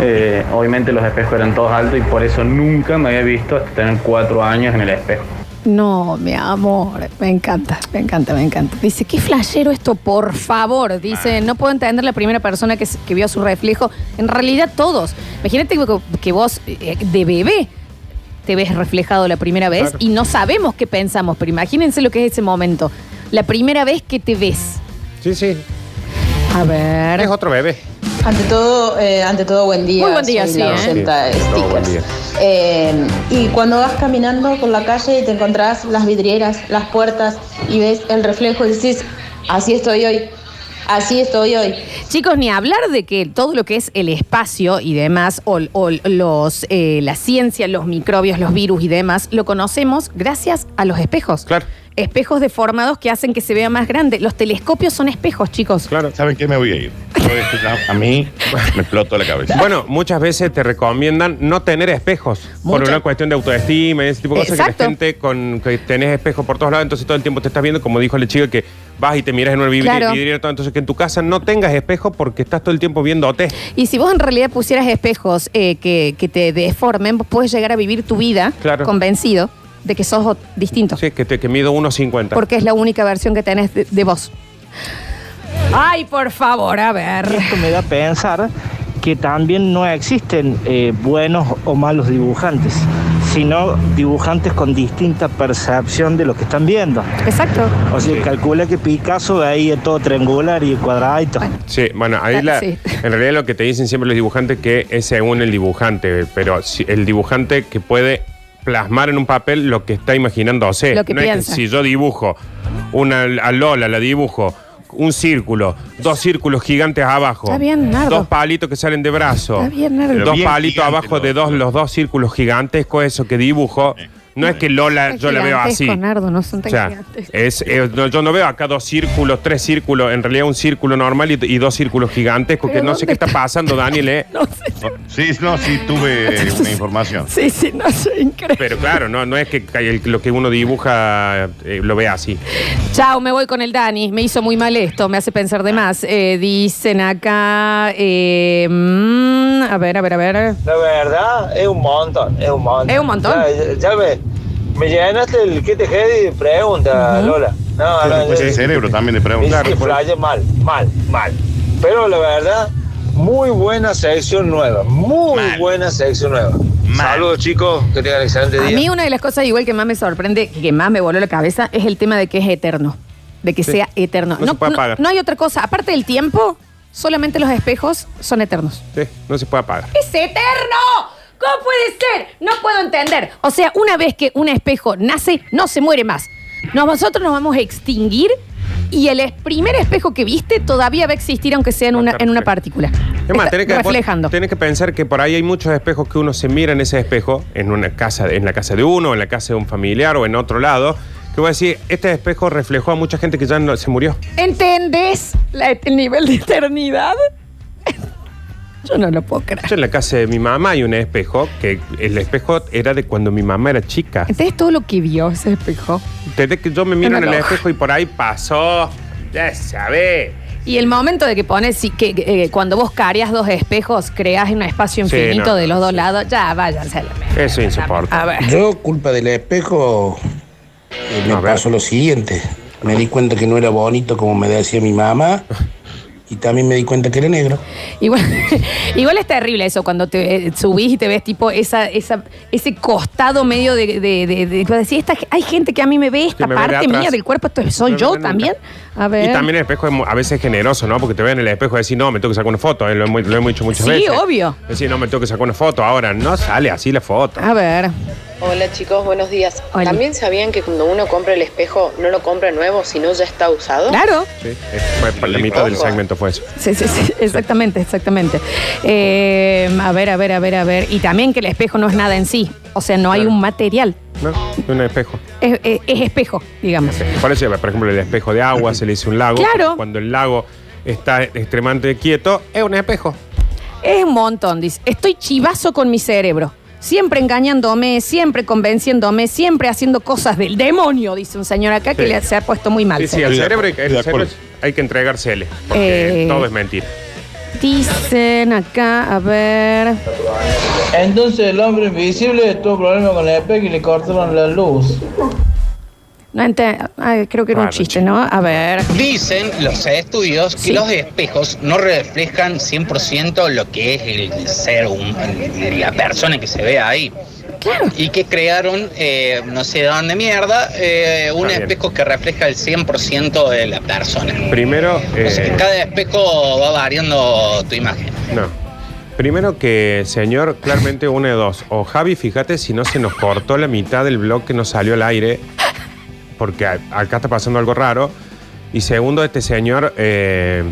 Speaker 5: Eh, obviamente los espejos eran todos altos y por eso nunca me había visto hasta tener cuatro años en el espejo.
Speaker 1: No, mi amor, me encanta, me encanta, me encanta. Dice, qué flashero esto, por favor. Dice, no puedo entender la primera persona que, se- que vio su reflejo. En realidad todos. Imagínate que, que vos eh, de bebé te ves reflejado la primera vez
Speaker 2: Claro.
Speaker 1: y no sabemos qué pensamos, pero imagínense lo que es ese momento. La primera vez que te ves.
Speaker 2: Sí, sí.
Speaker 1: A ver.
Speaker 2: Es otro bebé.
Speaker 6: Ante todo, eh, ante todo, buen día.
Speaker 1: Muy buen día,
Speaker 6: Soy
Speaker 1: sí,
Speaker 6: la
Speaker 1: ¿eh?
Speaker 6: docenta de
Speaker 2: Sí, todo
Speaker 6: stickers.
Speaker 2: buen día.
Speaker 6: Eh, y cuando vas caminando por la calle y te encontrás las vidrieras, las puertas y ves el reflejo y dices, Así estoy hoy. Así estoy hoy.
Speaker 1: Chicos, ni hablar de que todo lo que es el espacio y demás, o, o los, eh, la ciencia, los microbios, los virus y demás, lo conocemos gracias a los espejos.
Speaker 2: Claro.
Speaker 1: Espejos deformados que hacen que se vea más grande. Los telescopios son espejos, chicos.
Speaker 2: Claro.
Speaker 3: ¿Saben qué? Me voy a ir. A mí me explotó la cabeza.
Speaker 2: Bueno, muchas veces te recomiendan no tener espejos por
Speaker 1: Muchas.
Speaker 2: una cuestión de autoestima y ese tipo de cosas que
Speaker 1: Exacto.
Speaker 2: la gente con que tenés espejos por todos lados, entonces todo el tiempo te estás viendo, como dijo la chica que vas y te miras en un vidrio,
Speaker 1: Claro.
Speaker 2: vidrio, todo. entonces que en tu casa no tengas espejo porque estás todo el tiempo viéndote.
Speaker 1: Y si vos en realidad pusieras espejos eh, que, que te deformen, vos puedes llegar a vivir tu vida
Speaker 2: Claro.
Speaker 1: convencido de que sos ot- distinto.
Speaker 2: Sí, que te que mido 1.50.
Speaker 1: Porque es la única versión que tenés de, de vos. Ay, por favor, a ver.
Speaker 7: Esto me da a pensar que también no existen eh, buenos o malos dibujantes, sino dibujantes con distinta percepción de lo que están viendo.
Speaker 1: Exacto.
Speaker 7: O sea, calcula que Picasso veía todo triangular y cuadradito.
Speaker 2: Sí, bueno, ahí
Speaker 1: Claro,
Speaker 2: la,
Speaker 1: Ah, sí.
Speaker 2: en realidad lo que te dicen siempre los dibujantes que es según el dibujante, pero si- el dibujante que puede plasmar en un papel lo que está imaginándose.
Speaker 1: Lo que
Speaker 2: no es
Speaker 1: piensa.
Speaker 2: si yo dibujo una a Lola, la dibujo un círculo, dos círculos gigantes abajo,
Speaker 1: Está bien, Nardo.
Speaker 2: dos palitos que salen de brazo,
Speaker 1: Está bien, Nardo.
Speaker 3: Pero
Speaker 2: dos
Speaker 3: bien
Speaker 2: palitos
Speaker 3: gigante
Speaker 2: abajo
Speaker 3: los-
Speaker 2: de dos los dos círculos gigantescos eso que dibujo. No es que Lola yo la veo así.
Speaker 1: Gigantesco, Nardo, no son tan
Speaker 2: O sea,
Speaker 1: gigantes.
Speaker 2: es, es- no, yo no veo acá dos círculos, tres círculos, en realidad un círculo normal y, y dos círculos gigantescos, que
Speaker 1: Pero
Speaker 2: no sé
Speaker 1: ¿dónde
Speaker 2: qué está
Speaker 1: está?
Speaker 2: pasando, Daniel, ¿eh?
Speaker 1: No sé.
Speaker 3: Sí, no, sí, tuve una información.
Speaker 1: Sí, sí, no sé, increíble.
Speaker 2: Pero claro, no, no es que el- lo que uno dibuja eh, lo vea así.
Speaker 1: Chao, me voy con el Dani. Me hizo muy mal esto, me hace pensar de más. Eh, dicen acá. eh, mm, a ver, a ver, a ver.
Speaker 8: La verdad, es un montón, es un montón.
Speaker 1: Es un montón.
Speaker 8: Ya, ya me, me llenaste el kit heavy de pregunta, Lola. No, no,
Speaker 3: Pues el
Speaker 8: yo-
Speaker 3: cerebro también le
Speaker 8: me
Speaker 3: pregunta.
Speaker 8: hice que flaye mal, mal, mal. Pero la verdad, muy buena sección nueva, muy
Speaker 3: Mal.
Speaker 8: buena sección nueva. Saludos chicos, que tengan excelente
Speaker 1: A
Speaker 8: día.
Speaker 1: mí una de las cosas igual que más me sorprende, que más me voló la cabeza, es el tema de que es eterno. De que sea eterno.
Speaker 2: No se puede apagar.
Speaker 1: no hay otra cosa. Aparte del tiempo, solamente los espejos son eternos.
Speaker 2: Sí, no se puede apagar.
Speaker 1: ¡Es eterno! ¿Cómo puede ser? No puedo entender. O sea, una vez que un espejo nace, no se muere más. No, Nosotros nos vamos a extinguir y el es- primer espejo que viste todavía va a existir, aunque sea en
Speaker 2: Va a
Speaker 1: una,
Speaker 2: estar
Speaker 1: en una
Speaker 2: refle-
Speaker 1: partícula.
Speaker 2: Es más,
Speaker 1: Está
Speaker 2: tenés que,
Speaker 1: reflejando.
Speaker 2: vos tenés que pensar que por ahí hay muchos espejos que uno se mira en ese espejo, en una casa, de- en la casa de uno, en la casa de un familiar o en otro lado, que voy a decir, este espejo reflejó a mucha gente que ya no- se murió.
Speaker 1: ¿Entendés la- el nivel de eternidad? Yo no lo puedo creer.
Speaker 2: Yo en la casa de mi mamá hay un espejo, que el espejo era de cuando mi mamá era chica.
Speaker 1: ¿Entendés todo lo que vio ese espejo?
Speaker 2: Desde que yo me miro en
Speaker 1: Una
Speaker 2: el
Speaker 1: loca.
Speaker 2: espejo y por ahí pasó, ya sabés.
Speaker 1: Y el momento de que pones, sí, que eh, cuando vos careas dos espejos, creas un espacio
Speaker 2: Sí,
Speaker 1: infinito
Speaker 2: no,
Speaker 1: de los
Speaker 2: no,
Speaker 1: dos lados, ya váyanse a la mierda.
Speaker 2: Eso es insoportable.
Speaker 1: A ver.
Speaker 9: Yo, culpa del espejo, eh, me
Speaker 2: A ver.
Speaker 9: pasó lo siguiente. Me di cuenta que no era bonito como me decía mi mamá y también me di cuenta que era negro.
Speaker 1: Igual, igual es terrible eso cuando te eh, subís y te ves tipo esa, esa, ese costado medio de, de, de, de- de decir, esta, hay gente que a mí me ve esta
Speaker 2: me ve de
Speaker 1: parte
Speaker 2: atrás.
Speaker 1: mía del cuerpo, esto es-
Speaker 2: No
Speaker 1: soy
Speaker 2: me
Speaker 1: yo
Speaker 2: ve nunca.
Speaker 1: también. A ver.
Speaker 2: Y también el espejo es mu- a veces generoso, ¿no? Porque te ven en el espejo y decís, no, me tengo que sacar una foto. eh, Lo, hemos, lo hemos hecho muchas
Speaker 1: Sí,
Speaker 2: veces.
Speaker 1: obvio. Ah.
Speaker 2: Decís, no, me tengo que sacar una foto. Ahora no sale así la foto.
Speaker 1: A ver.
Speaker 10: Hola chicos, buenos días.
Speaker 1: Hola.
Speaker 10: ¿También sabían que cuando uno compra el espejo no lo compra nuevo, sino ya está usado?
Speaker 1: Claro.
Speaker 2: Sí, es- fue- fue- la mitad del segmento fue eso.
Speaker 1: Sí, sí, sí, exactamente, exactamente. Eh, a ver, a ver, a ver, a ver. Y también que el espejo no es nada en sí. O sea, no hay
Speaker 2: Claro.
Speaker 1: un material.
Speaker 2: ¿No? Un espejo.
Speaker 1: Es, es- es espejo, digamos.
Speaker 2: Por eso, por ejemplo, el espejo de agua se le hizo un lago.
Speaker 1: Claro.
Speaker 2: Cuando el lago está extremadamente quieto, es un espejo.
Speaker 1: Es un montón, dice. Estoy chivazo con mi cerebro. Siempre engañándome, siempre convenciéndome, siempre haciendo cosas del demonio, dice un señor acá que
Speaker 2: Sí.
Speaker 1: le, se ha puesto muy mal.
Speaker 2: Sí, sí, al
Speaker 3: Estoy de
Speaker 2: cerebro, hay que-
Speaker 3: acuerdo,
Speaker 2: al
Speaker 3: estoy de
Speaker 2: cerebro hay que entregársele. Porque
Speaker 1: Eh.
Speaker 2: todo es mentira.
Speaker 1: Dicen acá, a ver.
Speaker 8: Entonces el hombre invisible tuvo problemas con el espejo y le cortaron la luz.
Speaker 1: No ente- ay, creo que era un
Speaker 2: Raro,
Speaker 1: chiste, ¿no? A ver.
Speaker 11: Dicen los estudios que
Speaker 1: Sí.
Speaker 11: los espejos no reflejan 100% lo que es el ser, hum- la persona que se ve ahí. Y que crearon, eh, no sé de dónde mierda, eh, un
Speaker 2: Está bien.
Speaker 11: espejo que refleja el 100% de la persona.
Speaker 2: Primero.
Speaker 11: O sea
Speaker 2: eh,
Speaker 11: que cada espejo va variando tu imagen.
Speaker 2: No. Primero que, señor, claramente una de dos. O Javi, fíjate si no se nos cortó la mitad del blog que nos salió al aire, porque a- acá está pasando algo raro. Y segundo, este señor eh,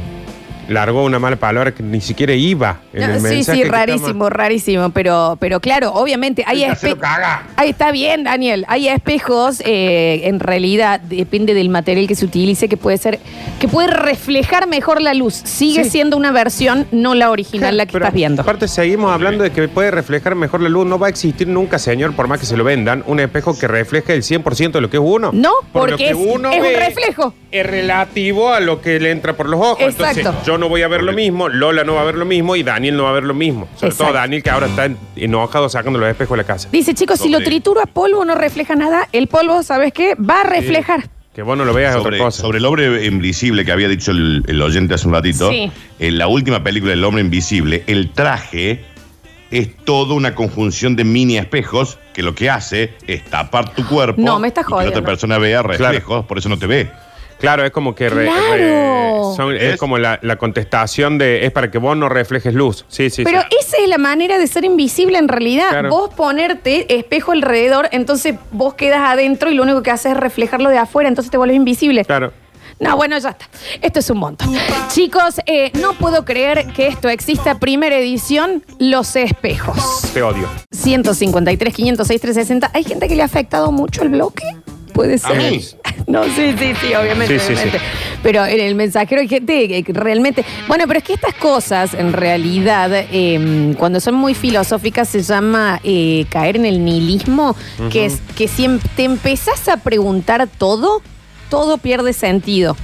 Speaker 2: largó una mala palabra que ni siquiera iba en
Speaker 1: No,
Speaker 2: el
Speaker 1: sí,
Speaker 2: mensaje
Speaker 1: sí,
Speaker 2: que
Speaker 1: rarísimo, rarísimo. Pero, pero claro, obviamente hay espejos. Ahí está bien, Daniel. Hay espejos, eh, en realidad, depende del material que se utilice, que puede ser, que puede reflejar mejor la luz. Sigue siendo una versión, no la original, la que
Speaker 2: Pero
Speaker 1: estás viendo.
Speaker 2: Aparte, seguimos hablando de que puede reflejar mejor la luz. No va a existir nunca, señor, por más que se lo vendan, un espejo que refleje el 100% de lo que es uno.
Speaker 1: No,
Speaker 2: Por
Speaker 1: porque
Speaker 2: lo que
Speaker 1: es,
Speaker 2: uno
Speaker 1: es
Speaker 2: ve
Speaker 1: un reflejo.
Speaker 2: es relativo a lo que le entra por los ojos.
Speaker 1: Exacto.
Speaker 2: Entonces, yo no voy a ver lo mismo, Lola no va a ver lo mismo y Daniel no va a ver lo mismo. Sobre
Speaker 1: Exacto.
Speaker 2: todo Daniel, que ahora está en- enojado sacando los espejos de la casa.
Speaker 1: Dice, chicos, si lo
Speaker 2: Sobre-
Speaker 1: trituro a polvo no refleja nada, el polvo, ¿sabes qué? Va a reflejar.
Speaker 2: Que vos no lo veas
Speaker 3: sobre, sobre el hombre invisible que había dicho el, el oyente hace un ratito,
Speaker 1: Sí.
Speaker 3: en la última película El hombre invisible, el traje es toda una conjunción de mini espejos que lo que hace es tapar tu cuerpo
Speaker 1: No, me estás
Speaker 3: y que la
Speaker 1: jodiendo.
Speaker 3: otra persona vea reflejos, por eso no te ve.
Speaker 2: Claro, es como que re-
Speaker 1: Claro.
Speaker 2: re- son- es como la, la contestación de es para que vos no reflejes luz. Sí, sí,
Speaker 1: Pero
Speaker 2: sí.
Speaker 1: esa es la manera de ser invisible en realidad.
Speaker 2: Claro.
Speaker 1: Vos ponerte espejo alrededor, entonces vos quedas adentro y lo único que haces es reflejarlo de afuera, entonces te vuelves invisible.
Speaker 2: Claro.
Speaker 1: No, bueno, ya está. Esto es un montón. Chicos, eh, no puedo creer que esto exista. Primera edición, los espejos.
Speaker 2: Te odio.
Speaker 1: 153, 506, 360. Hay gente que le ha afectado mucho el bloque. Puede ser. No, sí, sí, sí, obviamente.
Speaker 12: Sí, sí, sí.
Speaker 1: obviamente. Pero en el mensajero hay gente que realmente. Bueno, pero es que estas cosas, en realidad, eh, cuando son muy filosóficas, se llama eh, caer en el nihilismo, que es que si em- te empezás a preguntar todo, todo pierde sentido.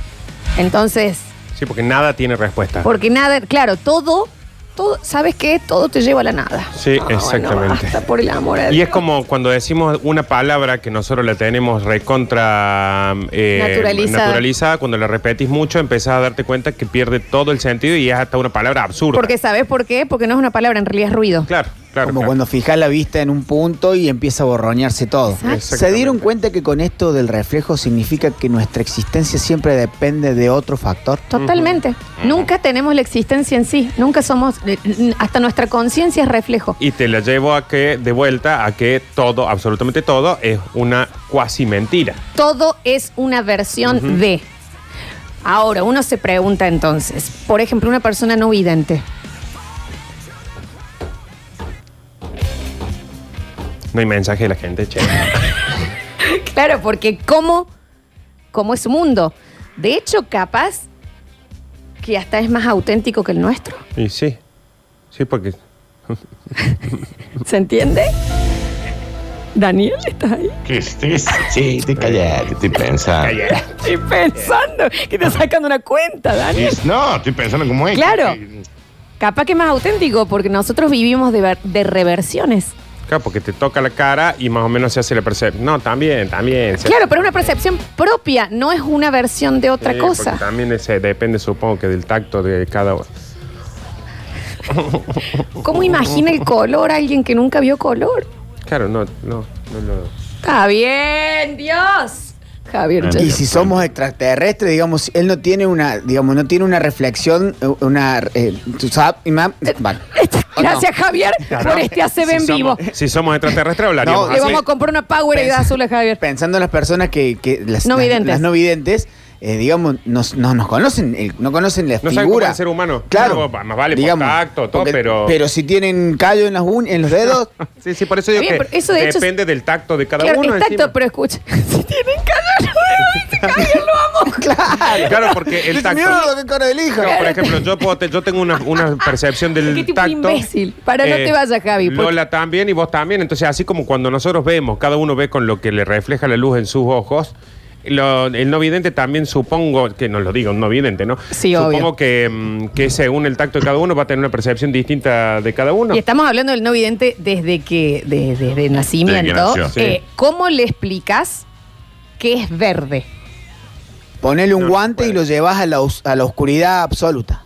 Speaker 1: Entonces,
Speaker 2: Sí, porque nada tiene respuesta.
Speaker 1: porque nada, claro, todo, todo, ¿sabes qué? Todo te lleva a la nada. Ah,
Speaker 2: Sí, exactamente.
Speaker 1: por el amor a
Speaker 2: y es como cuando decimos una palabra que nosotros la tenemos recontra eh,
Speaker 1: Naturalizada.
Speaker 2: naturalizada, cuando la repetís mucho empezás a darte cuenta que pierde todo el sentido y es hasta una palabra absurda.
Speaker 1: Porque ¿sabes por qué? Porque no es una palabra, en realidad es ruido.
Speaker 2: Claro, claro.
Speaker 4: Como cuando fijas la vista en un punto y empieza a borroñarse todo.
Speaker 1: Exacto.
Speaker 4: ¿Se dieron cuenta que con esto del reflejo significa que nuestra existencia siempre depende de otro factor?
Speaker 1: Totalmente. Nunca tenemos la existencia en sí. Nunca somos. eh, n- Hasta nuestra conciencia es reflejo.
Speaker 2: Y te la llevo a que, de vuelta, a que todo, absolutamente todo, es una cuasi mentira.
Speaker 1: Todo es una versión
Speaker 2: Ujú.
Speaker 1: de. Ahora, uno se pregunta entonces, por ejemplo, una persona no vidente.
Speaker 2: No hay mensaje de la gente, che.
Speaker 1: Claro, porque cómo, cómo es su mundo. De hecho, capaz que hasta es más auténtico que el nuestro.
Speaker 2: y sí. Sí, porque.
Speaker 1: ¿Se entiende? Daniel, ¿estás ahí?
Speaker 3: ¿Qué es Sí, te callate, estoy pensando.
Speaker 1: Estoy pensando que te sacando una cuenta, Daniel.
Speaker 3: Es- No, estoy pensando como este. es.
Speaker 1: Claro. Capaz que es más auténtico, porque nosotros vivimos de, ver- de reversiones.
Speaker 2: Claro, porque te toca la cara y más o menos se hace la percepción. No, también, también. se-
Speaker 1: Claro, pero es una percepción propia, no es una versión de otra
Speaker 2: Sí, porque
Speaker 1: cosa.
Speaker 2: También ese depende, supongo, que del tacto de cada uno.
Speaker 1: ¿Cómo imagina el color alguien que nunca vio color?
Speaker 2: Claro, no, no, no lo.
Speaker 1: Está bien, Dios. Javier,
Speaker 4: Y
Speaker 1: ya.
Speaker 4: si somos extraterrestres, digamos, él no tiene una, digamos, no tiene una reflexión, eh, una, eh, tú sabes, y ma- bueno.
Speaker 1: Este, Gracias, Javier, por este ACB en vivo.
Speaker 2: Si somos extraterrestres, hablaríamos.
Speaker 4: No,
Speaker 1: Le
Speaker 4: así-
Speaker 1: vamos a comprar una Powerade
Speaker 4: Pensa-
Speaker 1: azul a Javier.
Speaker 4: Pensando en las personas que, que las,
Speaker 1: No
Speaker 4: las-
Speaker 1: videntes.
Speaker 4: las no videntes, eh, digamos, nos- no nos conocen, eh, no conocen la
Speaker 2: No saben cómo es
Speaker 4: figura.
Speaker 2: el ser humano.
Speaker 4: Claro.
Speaker 2: No, más vale
Speaker 4: Digamos,
Speaker 2: por tacto, todo,
Speaker 4: porque-
Speaker 2: pero.
Speaker 4: Pero si tienen callo en las uñ- en los dedos.
Speaker 2: sí, sí, por eso digo
Speaker 1: Está bien,
Speaker 2: que
Speaker 1: pero eso de hecho
Speaker 2: depende del tacto de cada
Speaker 1: Claro,
Speaker 2: uno.
Speaker 1: exacto,
Speaker 2: encima.
Speaker 1: pero escucha. Si tienen calor, no Javier, lo amo.
Speaker 4: Claro.
Speaker 2: Claro, porque el tacto.
Speaker 4: Mira lo que cara del hijo.
Speaker 2: No, por ejemplo, yo, puedo te- yo tengo una, una percepción del
Speaker 1: Qué tipo de
Speaker 2: tacto. Eh,
Speaker 1: imbécil. Para, no te vayas, Javi, porque-
Speaker 2: Lola también y vos también. Entonces, así como cuando nosotros vemos, cada uno ve con lo que le refleja la luz en sus ojos. lo- el no vidente también supongo, que nos lo diga un no vidente, ¿no?
Speaker 1: Sí, obvio.
Speaker 2: supongo que, mm, que según el tacto de cada uno va a tener una percepción distinta de cada uno.
Speaker 1: Y estamos hablando del no vidente desde que de- desde nacimiento.
Speaker 2: Desde que nació.
Speaker 1: Eh,
Speaker 2: Sí.
Speaker 1: ¿Cómo le explicas que es verde?
Speaker 4: Ponele un guante y lo llevas a la, os- a la oscuridad absoluta.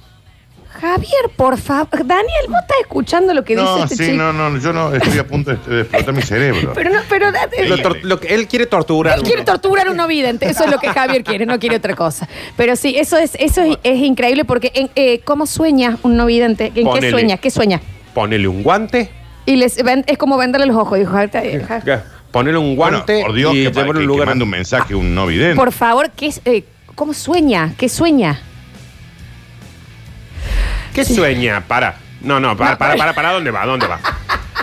Speaker 1: Javier, por favor. Daniel, vos estás escuchando lo que dice
Speaker 3: No,
Speaker 1: este
Speaker 3: sí,
Speaker 1: chico.
Speaker 3: no, no, yo no estoy a punto de, de explotar mi cerebro.
Speaker 1: Pero no, pero
Speaker 2: Lo tor- lo que- él quiere torturar.
Speaker 1: él quiere torturar a un no vidente. Eso es lo que Javier quiere, no quiere otra cosa. Pero sí, eso es, eso es, es increíble porque en, eh, ¿cómo sueña un no vidente? ¿En qué
Speaker 2: Ponele.
Speaker 1: sueña? ¿Qué sueña?
Speaker 2: Ponele un guante.
Speaker 1: Y les ven- es como venderle los ojos, dijo Javier. está bien, Javier.
Speaker 2: Ponele un guante
Speaker 3: por Dios,
Speaker 2: y
Speaker 3: que, pa-
Speaker 2: llevarlo a
Speaker 3: que-
Speaker 2: un
Speaker 3: que
Speaker 2: lugar.
Speaker 3: mande un mensaje un no vidente.
Speaker 1: Por favor, ¿qué es, eh, ¿Cómo sueña? ¿Qué sueña?
Speaker 2: ¿Qué sueña? Para. No, no, para, para, para, para, ¿dónde va? ¿Dónde va?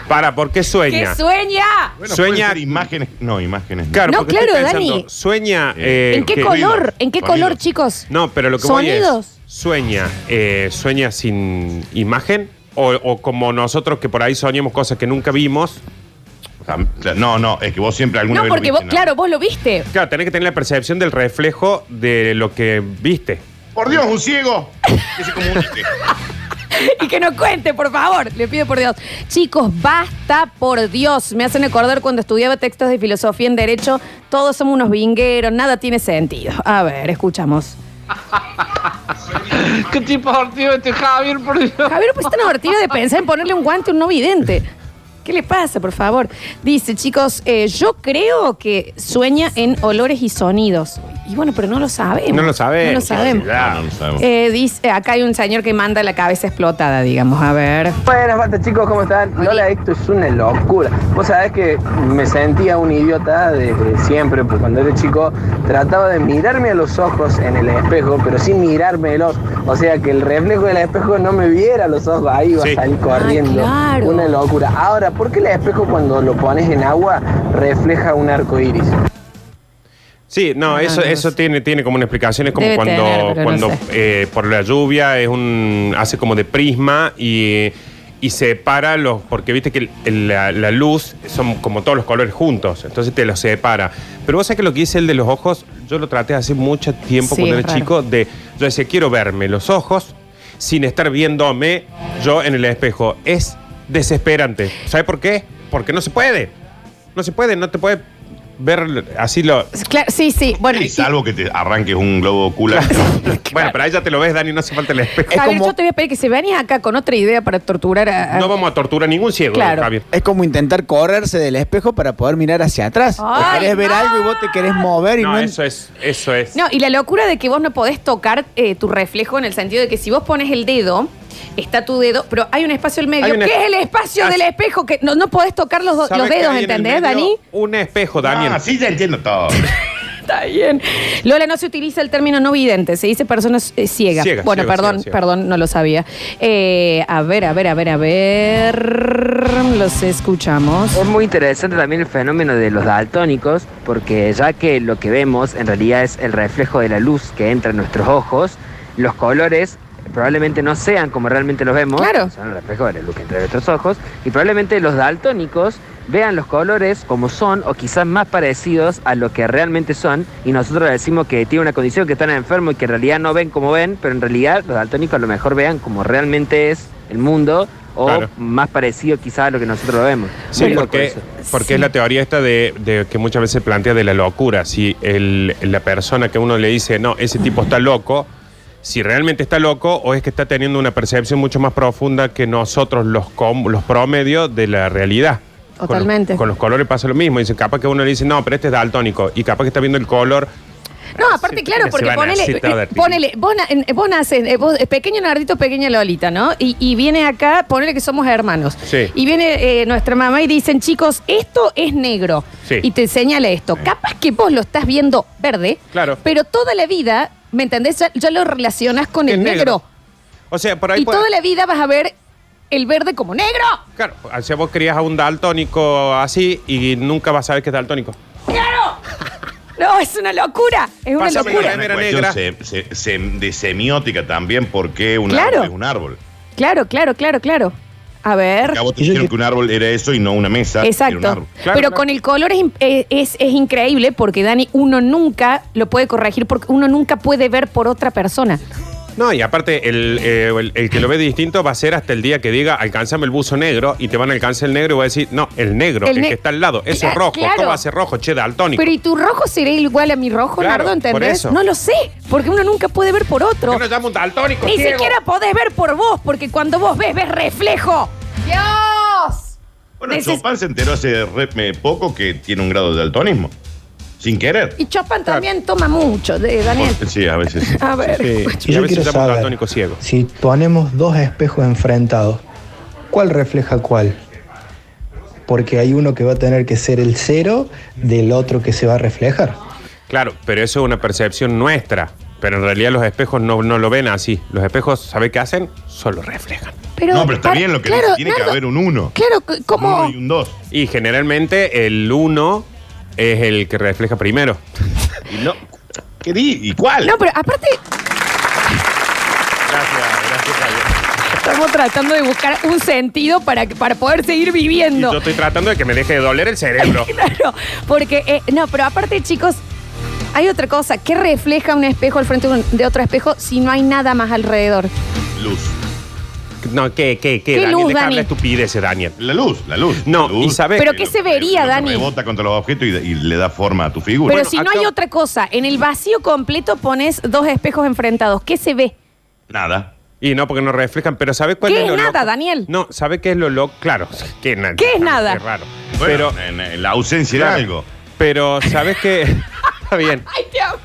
Speaker 2: Para, ¿por qué sueña?
Speaker 1: ¿Qué sueña?
Speaker 3: Bueno,
Speaker 2: Sueña-
Speaker 3: sueña imágenes. No, imágenes.
Speaker 2: Claro,
Speaker 1: No,
Speaker 2: porque estoy
Speaker 1: claro,
Speaker 2: pensando,
Speaker 1: Dani.
Speaker 2: Sueña. eh,
Speaker 1: ¿En qué
Speaker 2: que-
Speaker 1: color? ¿En qué
Speaker 2: Sonidos.
Speaker 1: color, chicos?
Speaker 2: No, pero lo que voy
Speaker 1: Sonidos.
Speaker 2: es. Sueña. eh, sueña sin imagen. O, o como nosotros que por ahí soñamos cosas que nunca vimos.
Speaker 3: Tam- claro, No, no, es que vos siempre alguna
Speaker 1: No,
Speaker 3: vez. lo
Speaker 1: porque
Speaker 3: viste,
Speaker 1: vos,
Speaker 3: ¿no?
Speaker 1: claro, vos lo viste.
Speaker 2: Claro, tenés que tener la percepción del reflejo de lo que viste.
Speaker 3: Por Dios, un ciego. Que se comunique.
Speaker 1: Y que no cuente, por favor. Le pido por Dios. Chicos, basta por Dios. Me hacen acordar cuando estudiaba textos de filosofía en Derecho. Todos somos unos vingueros, nada tiene sentido. A ver, escuchamos.
Speaker 12: ¿Qué tipo de tío este Javier, por Dios?
Speaker 1: Javier, pues tan divertido de pensar en ponerle un guante a un no vidente. ¿Qué le pasa, por favor? Dice, chicos, eh, yo creo que sueña en olores y sonidos. Y bueno, pero no lo sabemos.
Speaker 2: No lo sabemos.
Speaker 1: No lo sabemos.
Speaker 2: Ya,
Speaker 3: no lo sabemos.
Speaker 1: Eh, dice, acá hay un señor que manda la cabeza explotada, digamos. A ver.
Speaker 12: Buenas, basta chicos, ¿cómo están? Lola, esto es una locura. Vos sabés que me sentía un idiota desde siempre, porque cuando era chico trataba de mirarme a los ojos en el espejo, pero sin mirármelos. O sea, que el reflejo del espejo no me viera los ojos, ahí iba a salir corriendo.
Speaker 1: Ah, claro.
Speaker 12: Una locura. Ahora, ¿por qué el espejo cuando lo pones en agua refleja un arco iris?
Speaker 2: Sí, no, eso, eso tiene, tiene como una explicación. Es como
Speaker 1: Debe
Speaker 2: cuando,
Speaker 1: tener, pero no
Speaker 2: cuando
Speaker 1: sé.
Speaker 2: eh, por la lluvia es un. hace como de prisma y, y separa los. Porque viste que el- el- la, la luz son como todos los colores juntos. Entonces te los separa. Pero vos sabés que lo que hice el de los ojos, yo lo traté hace mucho tiempo
Speaker 1: Sí,
Speaker 2: cuando
Speaker 1: es
Speaker 2: era
Speaker 1: raro.
Speaker 2: chico. De, yo decía, quiero verme los ojos sin estar viéndome yo en el espejo. Es desesperante. ¿Sabes por qué? Porque no se puede. No se puede, no te puede ver así lo.
Speaker 1: Claro, Pues, sí, sí. Bueno,
Speaker 3: Y salvo que te arranques un globo ocular.
Speaker 2: Bueno, pero ahí ya te lo ves, Dani, no hace falta el espejo.
Speaker 1: Javier, yo te voy a pedir que si venís acá con otra idea para torturar a. a-
Speaker 2: No vamos a torturar a ningún ciego,
Speaker 1: Claro.
Speaker 2: Javier.
Speaker 4: Es como intentar correrse del espejo para poder mirar hacia atrás. Te
Speaker 1: ¡Ay,
Speaker 4: querés ver
Speaker 1: no!
Speaker 4: algo y vos te querés mover y no,
Speaker 2: No, eso es, eso es.
Speaker 1: No, y la locura de que vos no podés tocar eh, tu reflejo en el sentido de que si vos pones el dedo, está tu dedo, pero hay un espacio al
Speaker 2: Hay
Speaker 1: medio,
Speaker 2: un
Speaker 1: que
Speaker 2: es-
Speaker 1: es el espacio
Speaker 2: Ah,
Speaker 1: del
Speaker 2: sí.
Speaker 1: espejo, que no, no podés tocar los, do-
Speaker 2: ¿Sabes
Speaker 1: los
Speaker 2: qué
Speaker 1: dedos,
Speaker 2: hay en el
Speaker 1: ¿entendés,
Speaker 2: medio?
Speaker 1: Dani?
Speaker 2: Un espejo, Daniel.
Speaker 3: Ah, sí, ya entiendo todo.
Speaker 1: Está bien. Lola, no se utiliza el término no vidente, se dice personas eh, ciegas.
Speaker 2: Ciega,
Speaker 1: bueno,
Speaker 2: ciega,
Speaker 1: perdón,
Speaker 2: ciega, ciega.
Speaker 1: perdón, no lo sabía. Eh, a ver, a ver, a ver, a ver. Los escuchamos.
Speaker 13: Es muy interesante también el fenómeno de los daltónicos, porque ya que lo que vemos en realidad es el reflejo de la luz que entra en nuestros ojos, los colores probablemente no sean como realmente los vemos,
Speaker 1: Claro.
Speaker 13: son el reflejo de la luz que entra en nuestros ojos, y probablemente los daltónicos vean los colores como son o quizás más parecidos a lo que realmente son, y nosotros decimos que tienen una condición que están enfermos y que en realidad no ven como ven, pero en realidad los daltónicos a lo mejor vean como realmente es el mundo. O
Speaker 2: Claro.
Speaker 13: más parecido quizás a lo que nosotros lo vemos.
Speaker 2: Sí,
Speaker 13: Muy loco
Speaker 2: porque,
Speaker 13: eso.
Speaker 2: porque es la teoría esta de, de que muchas veces se plantea de la locura. Si el- la persona que uno le dice, no, ese tipo está loco, si realmente está loco o es que está teniendo una percepción mucho más profunda que nosotros los, com- los promedios de la realidad. Con los-
Speaker 1: Totalmente.
Speaker 2: Con los, colores pasa lo mismo. Dice, capaz que uno le dice, no, pero este es daltónico. Y capaz que está viendo el color.
Speaker 1: No, aparte, claro,
Speaker 2: Ah, se
Speaker 1: porque
Speaker 2: van a
Speaker 1: ponele,
Speaker 2: excitar,
Speaker 1: eh,
Speaker 2: Titi.
Speaker 1: ponele, vos, na- en- vos nacen, eh, vos, eh, pequeño Nardito, pequeña Lolita, ¿no? Y, y viene acá, ponele que somos hermanos.
Speaker 2: Sí.
Speaker 1: Y viene eh, nuestra mamá y dicen, chicos, esto es negro.
Speaker 2: Sí.
Speaker 1: Y te señala esto. Capaz que vos lo estás viendo verde,
Speaker 2: Claro.
Speaker 1: pero toda la vida, ¿me entendés? Ya, ya lo relacionas con
Speaker 2: Es
Speaker 1: el negro.
Speaker 2: negro. O sea, por ahí
Speaker 1: Y
Speaker 2: puede-
Speaker 1: toda la vida vas a ver el verde como negro.
Speaker 2: Claro, o sea, vos crías a un daltónico así y nunca vas a saber que es daltónico.
Speaker 1: No, es una locura. Es una
Speaker 2: Pásame la
Speaker 1: locura.
Speaker 2: remera.
Speaker 3: Una
Speaker 2: Era
Speaker 3: cuestión
Speaker 2: negra.
Speaker 3: se- se- se- de semiótica también, porque un
Speaker 1: Claro.
Speaker 3: árbol es un árbol.
Speaker 1: Claro, claro, claro, claro. A ver.
Speaker 3: Porque a vos te dijeron que un árbol era eso y no una mesa. era
Speaker 1: Exacto.
Speaker 3: un árbol.
Speaker 1: Pero con el color es, im- eh, es- es increíble porque, Dani, uno nunca lo puede corregir porque uno nunca puede ver por otra persona.
Speaker 2: No, y aparte, el, eh, el- el que lo ve distinto va a ser hasta el día que diga, alcánzame el buzo negro, y te van a alcanzar el negro y va a decir, no, el negro,
Speaker 1: El
Speaker 2: el,
Speaker 1: ne-
Speaker 2: que está al lado, ese
Speaker 1: Cla-
Speaker 2: es rojo,
Speaker 1: claro.
Speaker 2: ¿cómo va a ser rojo? Che, daltónico.
Speaker 1: Pero ¿y tu rojo será igual a mi rojo,
Speaker 2: Claro,
Speaker 1: Nardo?
Speaker 2: por
Speaker 1: ¿Entendés?
Speaker 2: eso.
Speaker 1: No lo sé, porque uno nunca puede ver por otro.
Speaker 2: ¿Por qué no llama un daltónico,
Speaker 1: Ni
Speaker 2: ciego?
Speaker 1: siquiera podés ver por vos, porque cuando vos ves, ves reflejo. ¡Dios!
Speaker 3: Bueno,
Speaker 1: Neces-
Speaker 3: Chopin se enteró hace re- eh, poco que tiene un grado de daltonismo. Sin querer.
Speaker 1: Y Ah, Chopin también toma mucho, de Daniel.
Speaker 3: Sí, a veces. sí.
Speaker 1: A ver.
Speaker 2: Sí,
Speaker 14: Y
Speaker 2: y a
Speaker 14: yo
Speaker 2: veces
Speaker 14: quiero
Speaker 2: llama un
Speaker 14: saber.
Speaker 2: daltónico ciego.
Speaker 14: Si ponemos dos espejos enfrentados, ¿cuál refleja cuál? Porque hay uno que va a tener que ser el cero del otro que se va a reflejar.
Speaker 2: Claro, pero eso es una percepción nuestra. Pero en realidad los espejos no, no lo ven así. Los espejos, ¿sabe qué hacen? Solo reflejan.
Speaker 1: Pero,
Speaker 3: No, pero está
Speaker 1: para-
Speaker 3: bien lo que
Speaker 1: claro,
Speaker 3: dice. Tiene que
Speaker 1: Nardo,
Speaker 3: haber un uno.
Speaker 1: Claro, c- ¿cómo?
Speaker 3: Un uno y un dos.
Speaker 2: Y generalmente el uno es el que refleja primero.
Speaker 3: Y no. ¿Qué di? ¿Y cuál?
Speaker 1: No, pero aparte
Speaker 3: Gracias, gracias, Javier.
Speaker 1: estamos tratando de buscar un sentido para, que- para poder seguir
Speaker 2: Y
Speaker 1: viviendo.
Speaker 2: yo estoy tratando de que me deje de doler el cerebro.
Speaker 1: Claro, porque eh, no, pero aparte, chicos, hay otra cosa. ¿Qué refleja un espejo al frente de un- de otro espejo si no hay nada más alrededor?
Speaker 3: Luz.
Speaker 2: No, ¿qué, qué, qué,
Speaker 1: ¿Qué
Speaker 2: Daniel?
Speaker 1: luz,
Speaker 2: Deja
Speaker 1: Dani?
Speaker 2: hablar estupideces, Daniel.
Speaker 3: La luz, la luz.
Speaker 2: No,
Speaker 3: la luz.
Speaker 2: y sabe-
Speaker 1: ¿Pero qué se vería, Dani?
Speaker 3: Rebota contra los objetos y, y le da forma a tu
Speaker 1: Pero
Speaker 3: figura.
Speaker 1: si no hay otra cosa, en el vacío completo pones dos espejos enfrentados. ¿Qué se ve?
Speaker 3: Nada.
Speaker 2: Y no, porque no reflejan. Pero ¿sabe cuál
Speaker 1: ¿Qué
Speaker 2: es
Speaker 1: es
Speaker 2: lo
Speaker 1: nada,
Speaker 2: loco?
Speaker 1: Daniel?
Speaker 2: No, ¿sabe qué es lo loco? Claro, que es nada.
Speaker 1: ¿Qué es nada?
Speaker 2: Qué raro.
Speaker 3: Bueno, eh,
Speaker 2: pero,
Speaker 3: en, en la ausencia
Speaker 2: claro,
Speaker 3: de algo.
Speaker 2: Pero ¿sabes qué? Está bien.
Speaker 1: ¡Ay, te amo!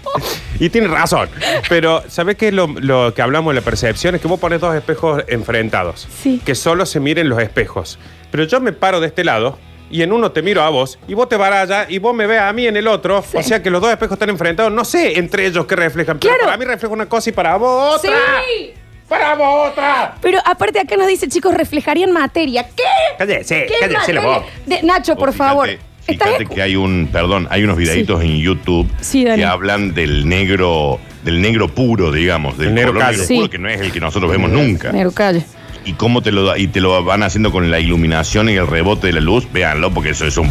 Speaker 2: Y tiene razón. Pero, ¿sabes qué? es Lo, lo que hablamos de la percepción es que vos pones dos espejos enfrentados.
Speaker 1: Sí.
Speaker 2: Que solo se miren los espejos. Pero yo me paro de este lado y en uno te miro a vos y vos te vas allá y vos me ves a mí en el otro. O sea que los dos espejos están enfrentados. No sé entre ellos qué reflejan.
Speaker 1: Claro.
Speaker 2: Pero para mí refleja una cosa y para vos otra.
Speaker 1: ¡Sí!
Speaker 2: ¡Para vos otra!
Speaker 1: Pero aparte acá nos dice, chicos, reflejarían materia. ¿Qué?
Speaker 2: Cállese,
Speaker 1: ¿Qué
Speaker 2: cállese
Speaker 1: materia?
Speaker 2: la voz.
Speaker 1: De- Nacho, por
Speaker 3: Fíjate,
Speaker 1: favor. ¿Estás
Speaker 3: Fíjate
Speaker 1: escu-
Speaker 3: que hay un, perdón, hay unos videitos en YouTube
Speaker 1: Sí, Dani.
Speaker 3: que hablan del negro, del negro puro, digamos, del
Speaker 2: El negro
Speaker 3: color
Speaker 2: calle.
Speaker 3: negro
Speaker 1: Sí.
Speaker 3: puro, que no es el que nosotros vemos nunca.
Speaker 1: Nero, calle.
Speaker 3: Y cómo te lo da- y te lo van haciendo con la iluminación y el rebote de la luz, véanlo, porque eso es un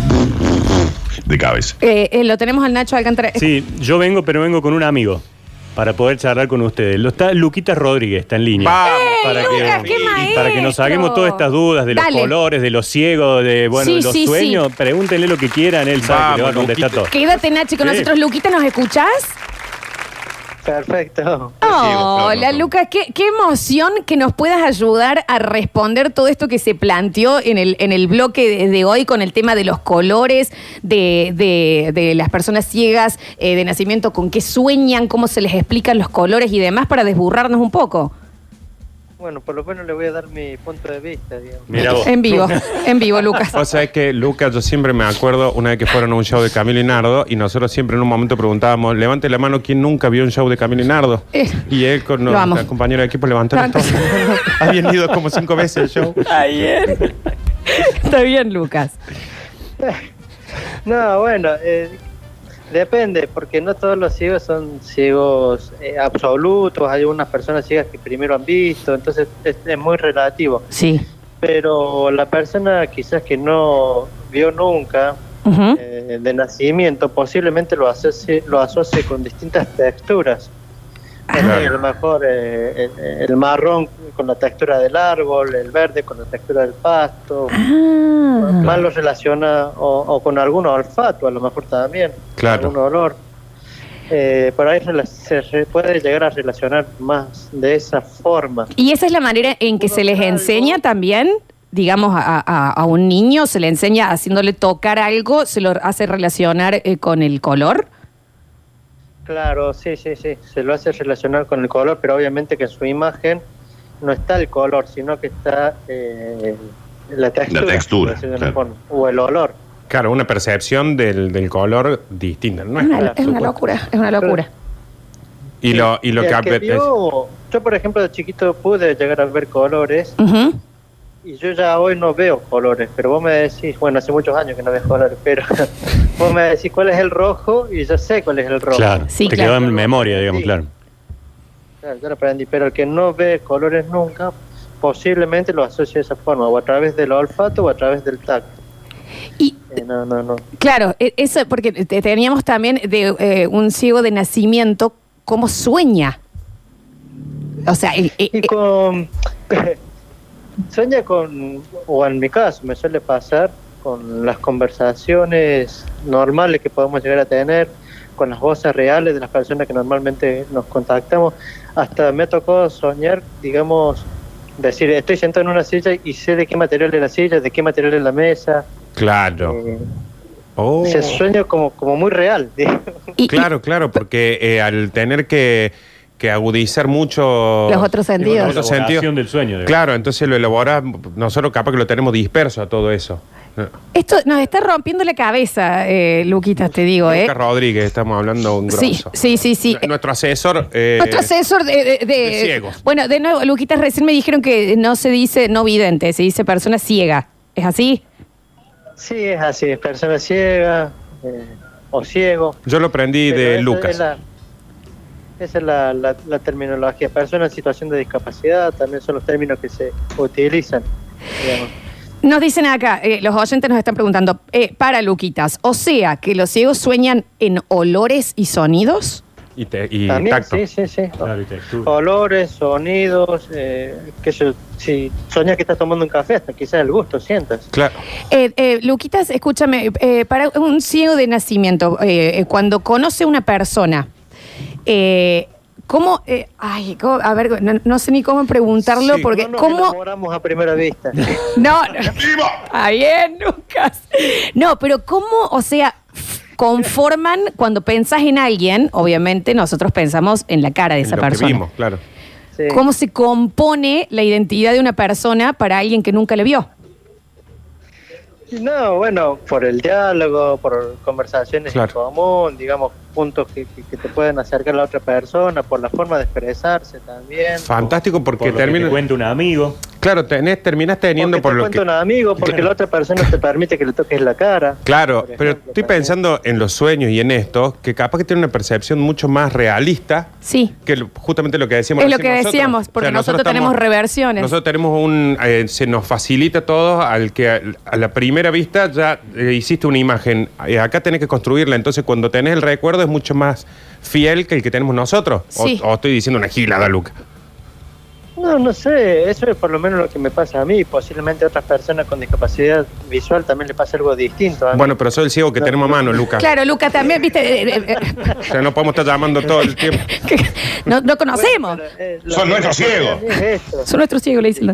Speaker 3: de cabeza.
Speaker 1: Eh, eh, lo tenemos al Nacho Alcántara.
Speaker 15: Sí, yo vengo, pero vengo con un amigo para poder charlar con ustedes. Lo está Luquitas Rodríguez, está en línea.
Speaker 2: Vamos,
Speaker 1: ¡Ey,
Speaker 15: para,
Speaker 1: Lucas,
Speaker 15: que,
Speaker 1: Eh, qué maestro!
Speaker 15: para que nos saquemos todas estas dudas de los
Speaker 1: Dale.
Speaker 15: colores, de los ciegos, de, Eh, bueno,
Speaker 1: Sí,
Speaker 15: de los
Speaker 1: sí, sí.
Speaker 15: sueños. Pregúntenle lo que quieran, él sabe que le va a
Speaker 2: Vamos,
Speaker 15: contestar todo.
Speaker 1: Quédate, Nacho, con
Speaker 15: Sí.
Speaker 1: nosotros. Luquita, ¿nos escuchás?
Speaker 16: Perfecto.
Speaker 1: Hola, Lucas, qué, qué emoción que nos puedas ayudar a responder todo esto que se planteó en el, en el bloque de, de hoy con el tema de los colores, de, de- de las personas ciegas eh, de nacimiento, con qué sueñan, cómo se les explican los colores y demás para desburrarnos un poco.
Speaker 16: Bueno, por lo menos le voy a dar mi punto de vista, digamos.
Speaker 2: Mira
Speaker 3: Oh.
Speaker 2: vos.
Speaker 1: En vivo, en vivo, Lucas.
Speaker 2: O sea, es que Lucas, yo siempre me acuerdo una vez que fueron a un show de Camilo y Nardo y nosotros siempre en un momento preguntábamos, levante la mano quien nunca vio un show de Camilo y Nardo.
Speaker 1: Eh.
Speaker 2: Y él con
Speaker 1: Lo amo.
Speaker 2: nuestro compañero de equipo levantaron todo. Habían ido como cinco veces el show.
Speaker 1: Ayer. Está bien, Lucas.
Speaker 16: No, bueno, eh, depende, porque no todos los ciegos son ciegos eh, absolutos. Hay unas personas ciegas que primero han visto, entonces es, es muy relativo.
Speaker 1: Sí.
Speaker 16: Pero la persona quizás que no vio nunca
Speaker 1: Ujú.
Speaker 16: eh, de nacimiento, posiblemente lo asocie, lo asocie con distintas texturas. Es decir, a lo mejor eh, el, el marrón con la textura del árbol, el verde con la textura del pasto,
Speaker 1: Ah.
Speaker 16: más lo relaciona o, o con algún olfato, a lo mejor también,
Speaker 2: Claro.
Speaker 16: algún olor. Eh, por ahí rela- se re- puede llegar a relacionar más de esa forma.
Speaker 1: ¿Y esa es la manera en que se les enseña también? Digamos, a, a- a un niño se le enseña haciéndole tocar algo, se lo hace relacionar eh, con el color.
Speaker 16: Claro, sí, sí, sí, se lo hace relacionar con el color, pero obviamente que en su imagen no está el color, sino que está eh, la textura,
Speaker 2: textura,
Speaker 16: por decirlo de
Speaker 2: claro.
Speaker 16: alguna forma, o el olor.
Speaker 2: Claro, una percepción del, del color distinta. No es
Speaker 1: Una- es una locura, es una locura.
Speaker 2: Y lo, y lo que,
Speaker 16: El
Speaker 2: apete-
Speaker 16: vio- yo, por ejemplo, de chiquito pude llegar a ver colores,
Speaker 1: Ujú.
Speaker 16: Y yo ya hoy no veo colores, pero vos me decís, bueno, hace muchos años que no veo colores, pero vos me decís cuál es el rojo y yo sé cuál es el rojo.
Speaker 15: Claro, te quedó en memoria, digamos,
Speaker 16: Sí.
Speaker 15: claro.
Speaker 16: Claro, yo lo aprendí, pero el que no ve colores nunca, posiblemente lo asocia de esa forma, o a través del olfato o a través del tacto.
Speaker 1: Y,
Speaker 16: no, no, no.
Speaker 1: Claro, e- eso porque te- teníamos también de eh, un ciego de nacimiento, cómo sueña. O sea, el- el-
Speaker 16: Y con. sueña con. O en mi caso, me suele pasar con las conversaciones normales que podemos llegar a tener, con las voces reales de las personas que normalmente nos contactamos. Hasta me tocó soñar, digamos, decir, estoy sentado en una silla y sé de qué material es la silla, de qué material es la mesa.
Speaker 2: Claro. Oh.
Speaker 16: Eh, Se sueño como, como muy real.
Speaker 2: Claro, claro, porque eh, al tener que, que agudizar mucho
Speaker 1: Los otros sentidos.
Speaker 2: Los otros
Speaker 15: La elaboración
Speaker 2: sentidos.
Speaker 15: del sueño. digamos.
Speaker 2: Claro, entonces lo elabora, nosotros capaz que lo tenemos disperso a todo eso.
Speaker 1: Esto nos está rompiendo la cabeza, eh, Luquita, te digo, ¿eh?
Speaker 2: Luca Rodríguez, estamos hablando un grosso.
Speaker 1: Sí, sí, sí, sí.
Speaker 2: N- Nuestro asesor. eh,
Speaker 1: Nuestro asesor de, de- de-
Speaker 2: de ciegos.
Speaker 1: Bueno, de nuevo, Luquita, recién me dijeron que no se dice no vidente, se dice persona ciega. ¿Es así?
Speaker 16: Sí, es así, persona ciega eh, o ciego.
Speaker 2: Yo lo aprendí
Speaker 16: Pero
Speaker 2: de
Speaker 16: esa
Speaker 2: Lucas.
Speaker 16: es la- esa es la, la- la terminología. Persona en situación de discapacidad también son los términos que se utilizan. digamos.
Speaker 1: Nos dicen acá, eh, los oyentes nos están preguntando, eh, para Luquitas, o sea, que los ciegos sueñan en olores y sonidos.
Speaker 2: Y, te- y
Speaker 16: También,
Speaker 2: tacto.
Speaker 16: sí, Oh. sí, sí. Olores, sonidos, eh, que si soñas que estás tomando un café, hasta quizás el gusto sientas.
Speaker 2: Claro.
Speaker 1: Eh, eh, Luquitas, escúchame, eh, para un ciego de nacimiento, eh, eh, cuando conoce una persona, eh, ¿cómo, eh, ay, cómo- a ver, no, no sé ni cómo preguntarlo, porque
Speaker 16: No nos
Speaker 1: ¿cómo?
Speaker 16: enamoramos a primera vista.
Speaker 1: No, no. Está bien, Lucas. No, pero ¿cómo, o sea, conforman cuando pensás en alguien, obviamente nosotros pensamos en la cara de esa
Speaker 2: Lo que
Speaker 1: persona.
Speaker 2: vimos, claro.
Speaker 1: ¿Cómo se compone la identidad de una persona para alguien que nunca le vio?
Speaker 16: No, bueno, por el diálogo, por conversaciones
Speaker 2: Claro.
Speaker 16: en común, digamos, puntos que, que- que te pueden acercar a la otra persona, por la forma de expresarse también.
Speaker 2: Fantástico porque
Speaker 15: Por lo que
Speaker 2: termina.
Speaker 15: te cuenta un amigo.
Speaker 2: Claro, tenés, terminás teniendo por
Speaker 16: Te
Speaker 2: lo
Speaker 16: cuenta
Speaker 2: que.
Speaker 16: un amigo porque la otra persona te permite que le toques la cara.
Speaker 2: Claro, pero estoy pensando en los sueños y en esto, que capaz que tiene una percepción mucho más realista
Speaker 1: Sí.
Speaker 2: que lo- justamente lo que decíamos.
Speaker 1: es lo que
Speaker 2: recién nosotros.
Speaker 1: decíamos, porque
Speaker 2: O sea,
Speaker 1: nosotros, tenemos
Speaker 2: estamos-
Speaker 1: reversiones.
Speaker 2: Nosotros tenemos un. eh, se nos facilita todo al que a la primera vista ya eh, hiciste una imagen. Eh, acá tenés que construirla. Entonces, cuando tenés el recuerdo, es mucho más fiel que el que tenemos nosotros. O-
Speaker 1: Sí.
Speaker 2: O, estoy diciendo una gilada, Luca.
Speaker 16: No, no sé, eso es por lo menos lo que me pasa a mí. Posiblemente a otras personas con discapacidad visual también le pasa algo distinto. A mí.
Speaker 2: Bueno, pero soy el ciego que tenemos a mano, Luca.
Speaker 1: Claro, Lucas, también, viste, eh, eh, eh,
Speaker 2: O sea, no podemos estar llamando todo el tiempo.
Speaker 1: no, no conocemos.
Speaker 2: Son nuestros ciegos.
Speaker 16: Es esto.
Speaker 1: Son nuestros ciegos, le dicen.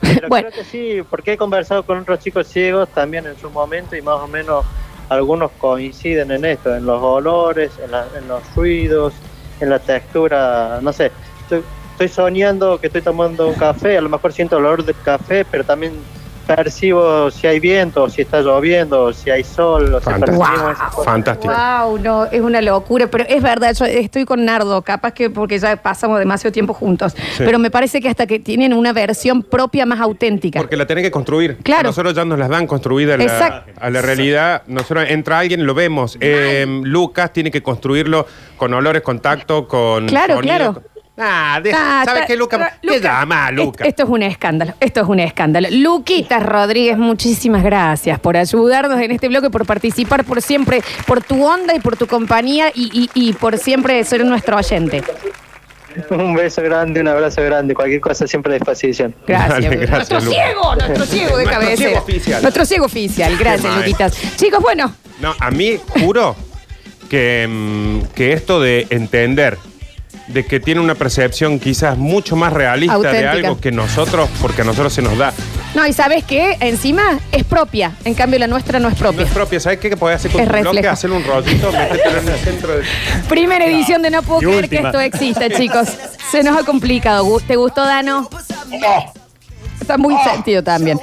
Speaker 16: Pero creo que sí, porque he conversado con otros chicos ciegos también en su momento y más o menos algunos coinciden en esto, en los olores, en, la- en los ruidos, en la textura, no sé. Estoy, estoy soñando que estoy tomando un café, a lo mejor siento el olor del café, pero también percibo si hay viento, o si está lloviendo, o si hay sol, o si
Speaker 2: Fantástico.
Speaker 16: percibimos esas cosas.
Speaker 2: Fantástico.
Speaker 1: Wow, no, es una locura, pero es verdad, yo estoy con Nardo, capaz que porque ya pasamos demasiado tiempo juntos, pero me parece que hasta que tienen una versión propia más auténtica.
Speaker 2: Porque la tenés que construir.
Speaker 1: Claro.
Speaker 2: Nosotros ya nos las dan construidas la-
Speaker 1: Exacto.
Speaker 2: a la realidad. Nosotros entra alguien, lo vemos. Eh, Lucas tiene que construirlo con olores, contacto, con.
Speaker 1: Claro,
Speaker 2: sonido,
Speaker 1: claro.
Speaker 2: Ah, de- ¿sabes qué, Luca? ¿Qué llama, Luca?
Speaker 1: Esto es un escándalo, esto es un escándalo. Luquitas Rodríguez, muchísimas gracias por ayudarnos en este bloque, por participar, por siempre, por tu onda y por tu compañía y, y- y por siempre ser nuestro oyente.
Speaker 16: Un beso grande, un abrazo grande, cualquier cosa siempre a disposición.
Speaker 1: Gracias.
Speaker 2: Dale, gracias,
Speaker 1: nuestro
Speaker 2: Luca.
Speaker 1: ciego, nuestro ciego de
Speaker 2: Nuestro
Speaker 1: cabeza.
Speaker 2: ciego oficial.
Speaker 1: Nuestro ciego oficial, gracias,
Speaker 2: maestro.
Speaker 1: Luquitas. Chicos, bueno,
Speaker 2: No, a mí juro que, mm, que esto de entender de que tiene una percepción quizás mucho más realista de
Speaker 1: Auténtica.
Speaker 2: algo que nosotros, porque a nosotros se nos da.
Speaker 1: no, y sabes qué, encima es propia, en cambio la nuestra no es
Speaker 2: No
Speaker 1: propia.
Speaker 2: es propia, ¿sabes qué? Que podés hacer con
Speaker 1: Es
Speaker 2: tu bloque,
Speaker 1: reflejo.
Speaker 2: hacer un rollito, metértelo en el centro de...
Speaker 1: Primera edición de No Puedo
Speaker 2: Y
Speaker 1: Creer que
Speaker 2: última.
Speaker 1: esto exista, chicos.
Speaker 2: Oh.
Speaker 1: Se nos ha complicado. Gu- ¿Te gustó, Dano? Está muy sentido también.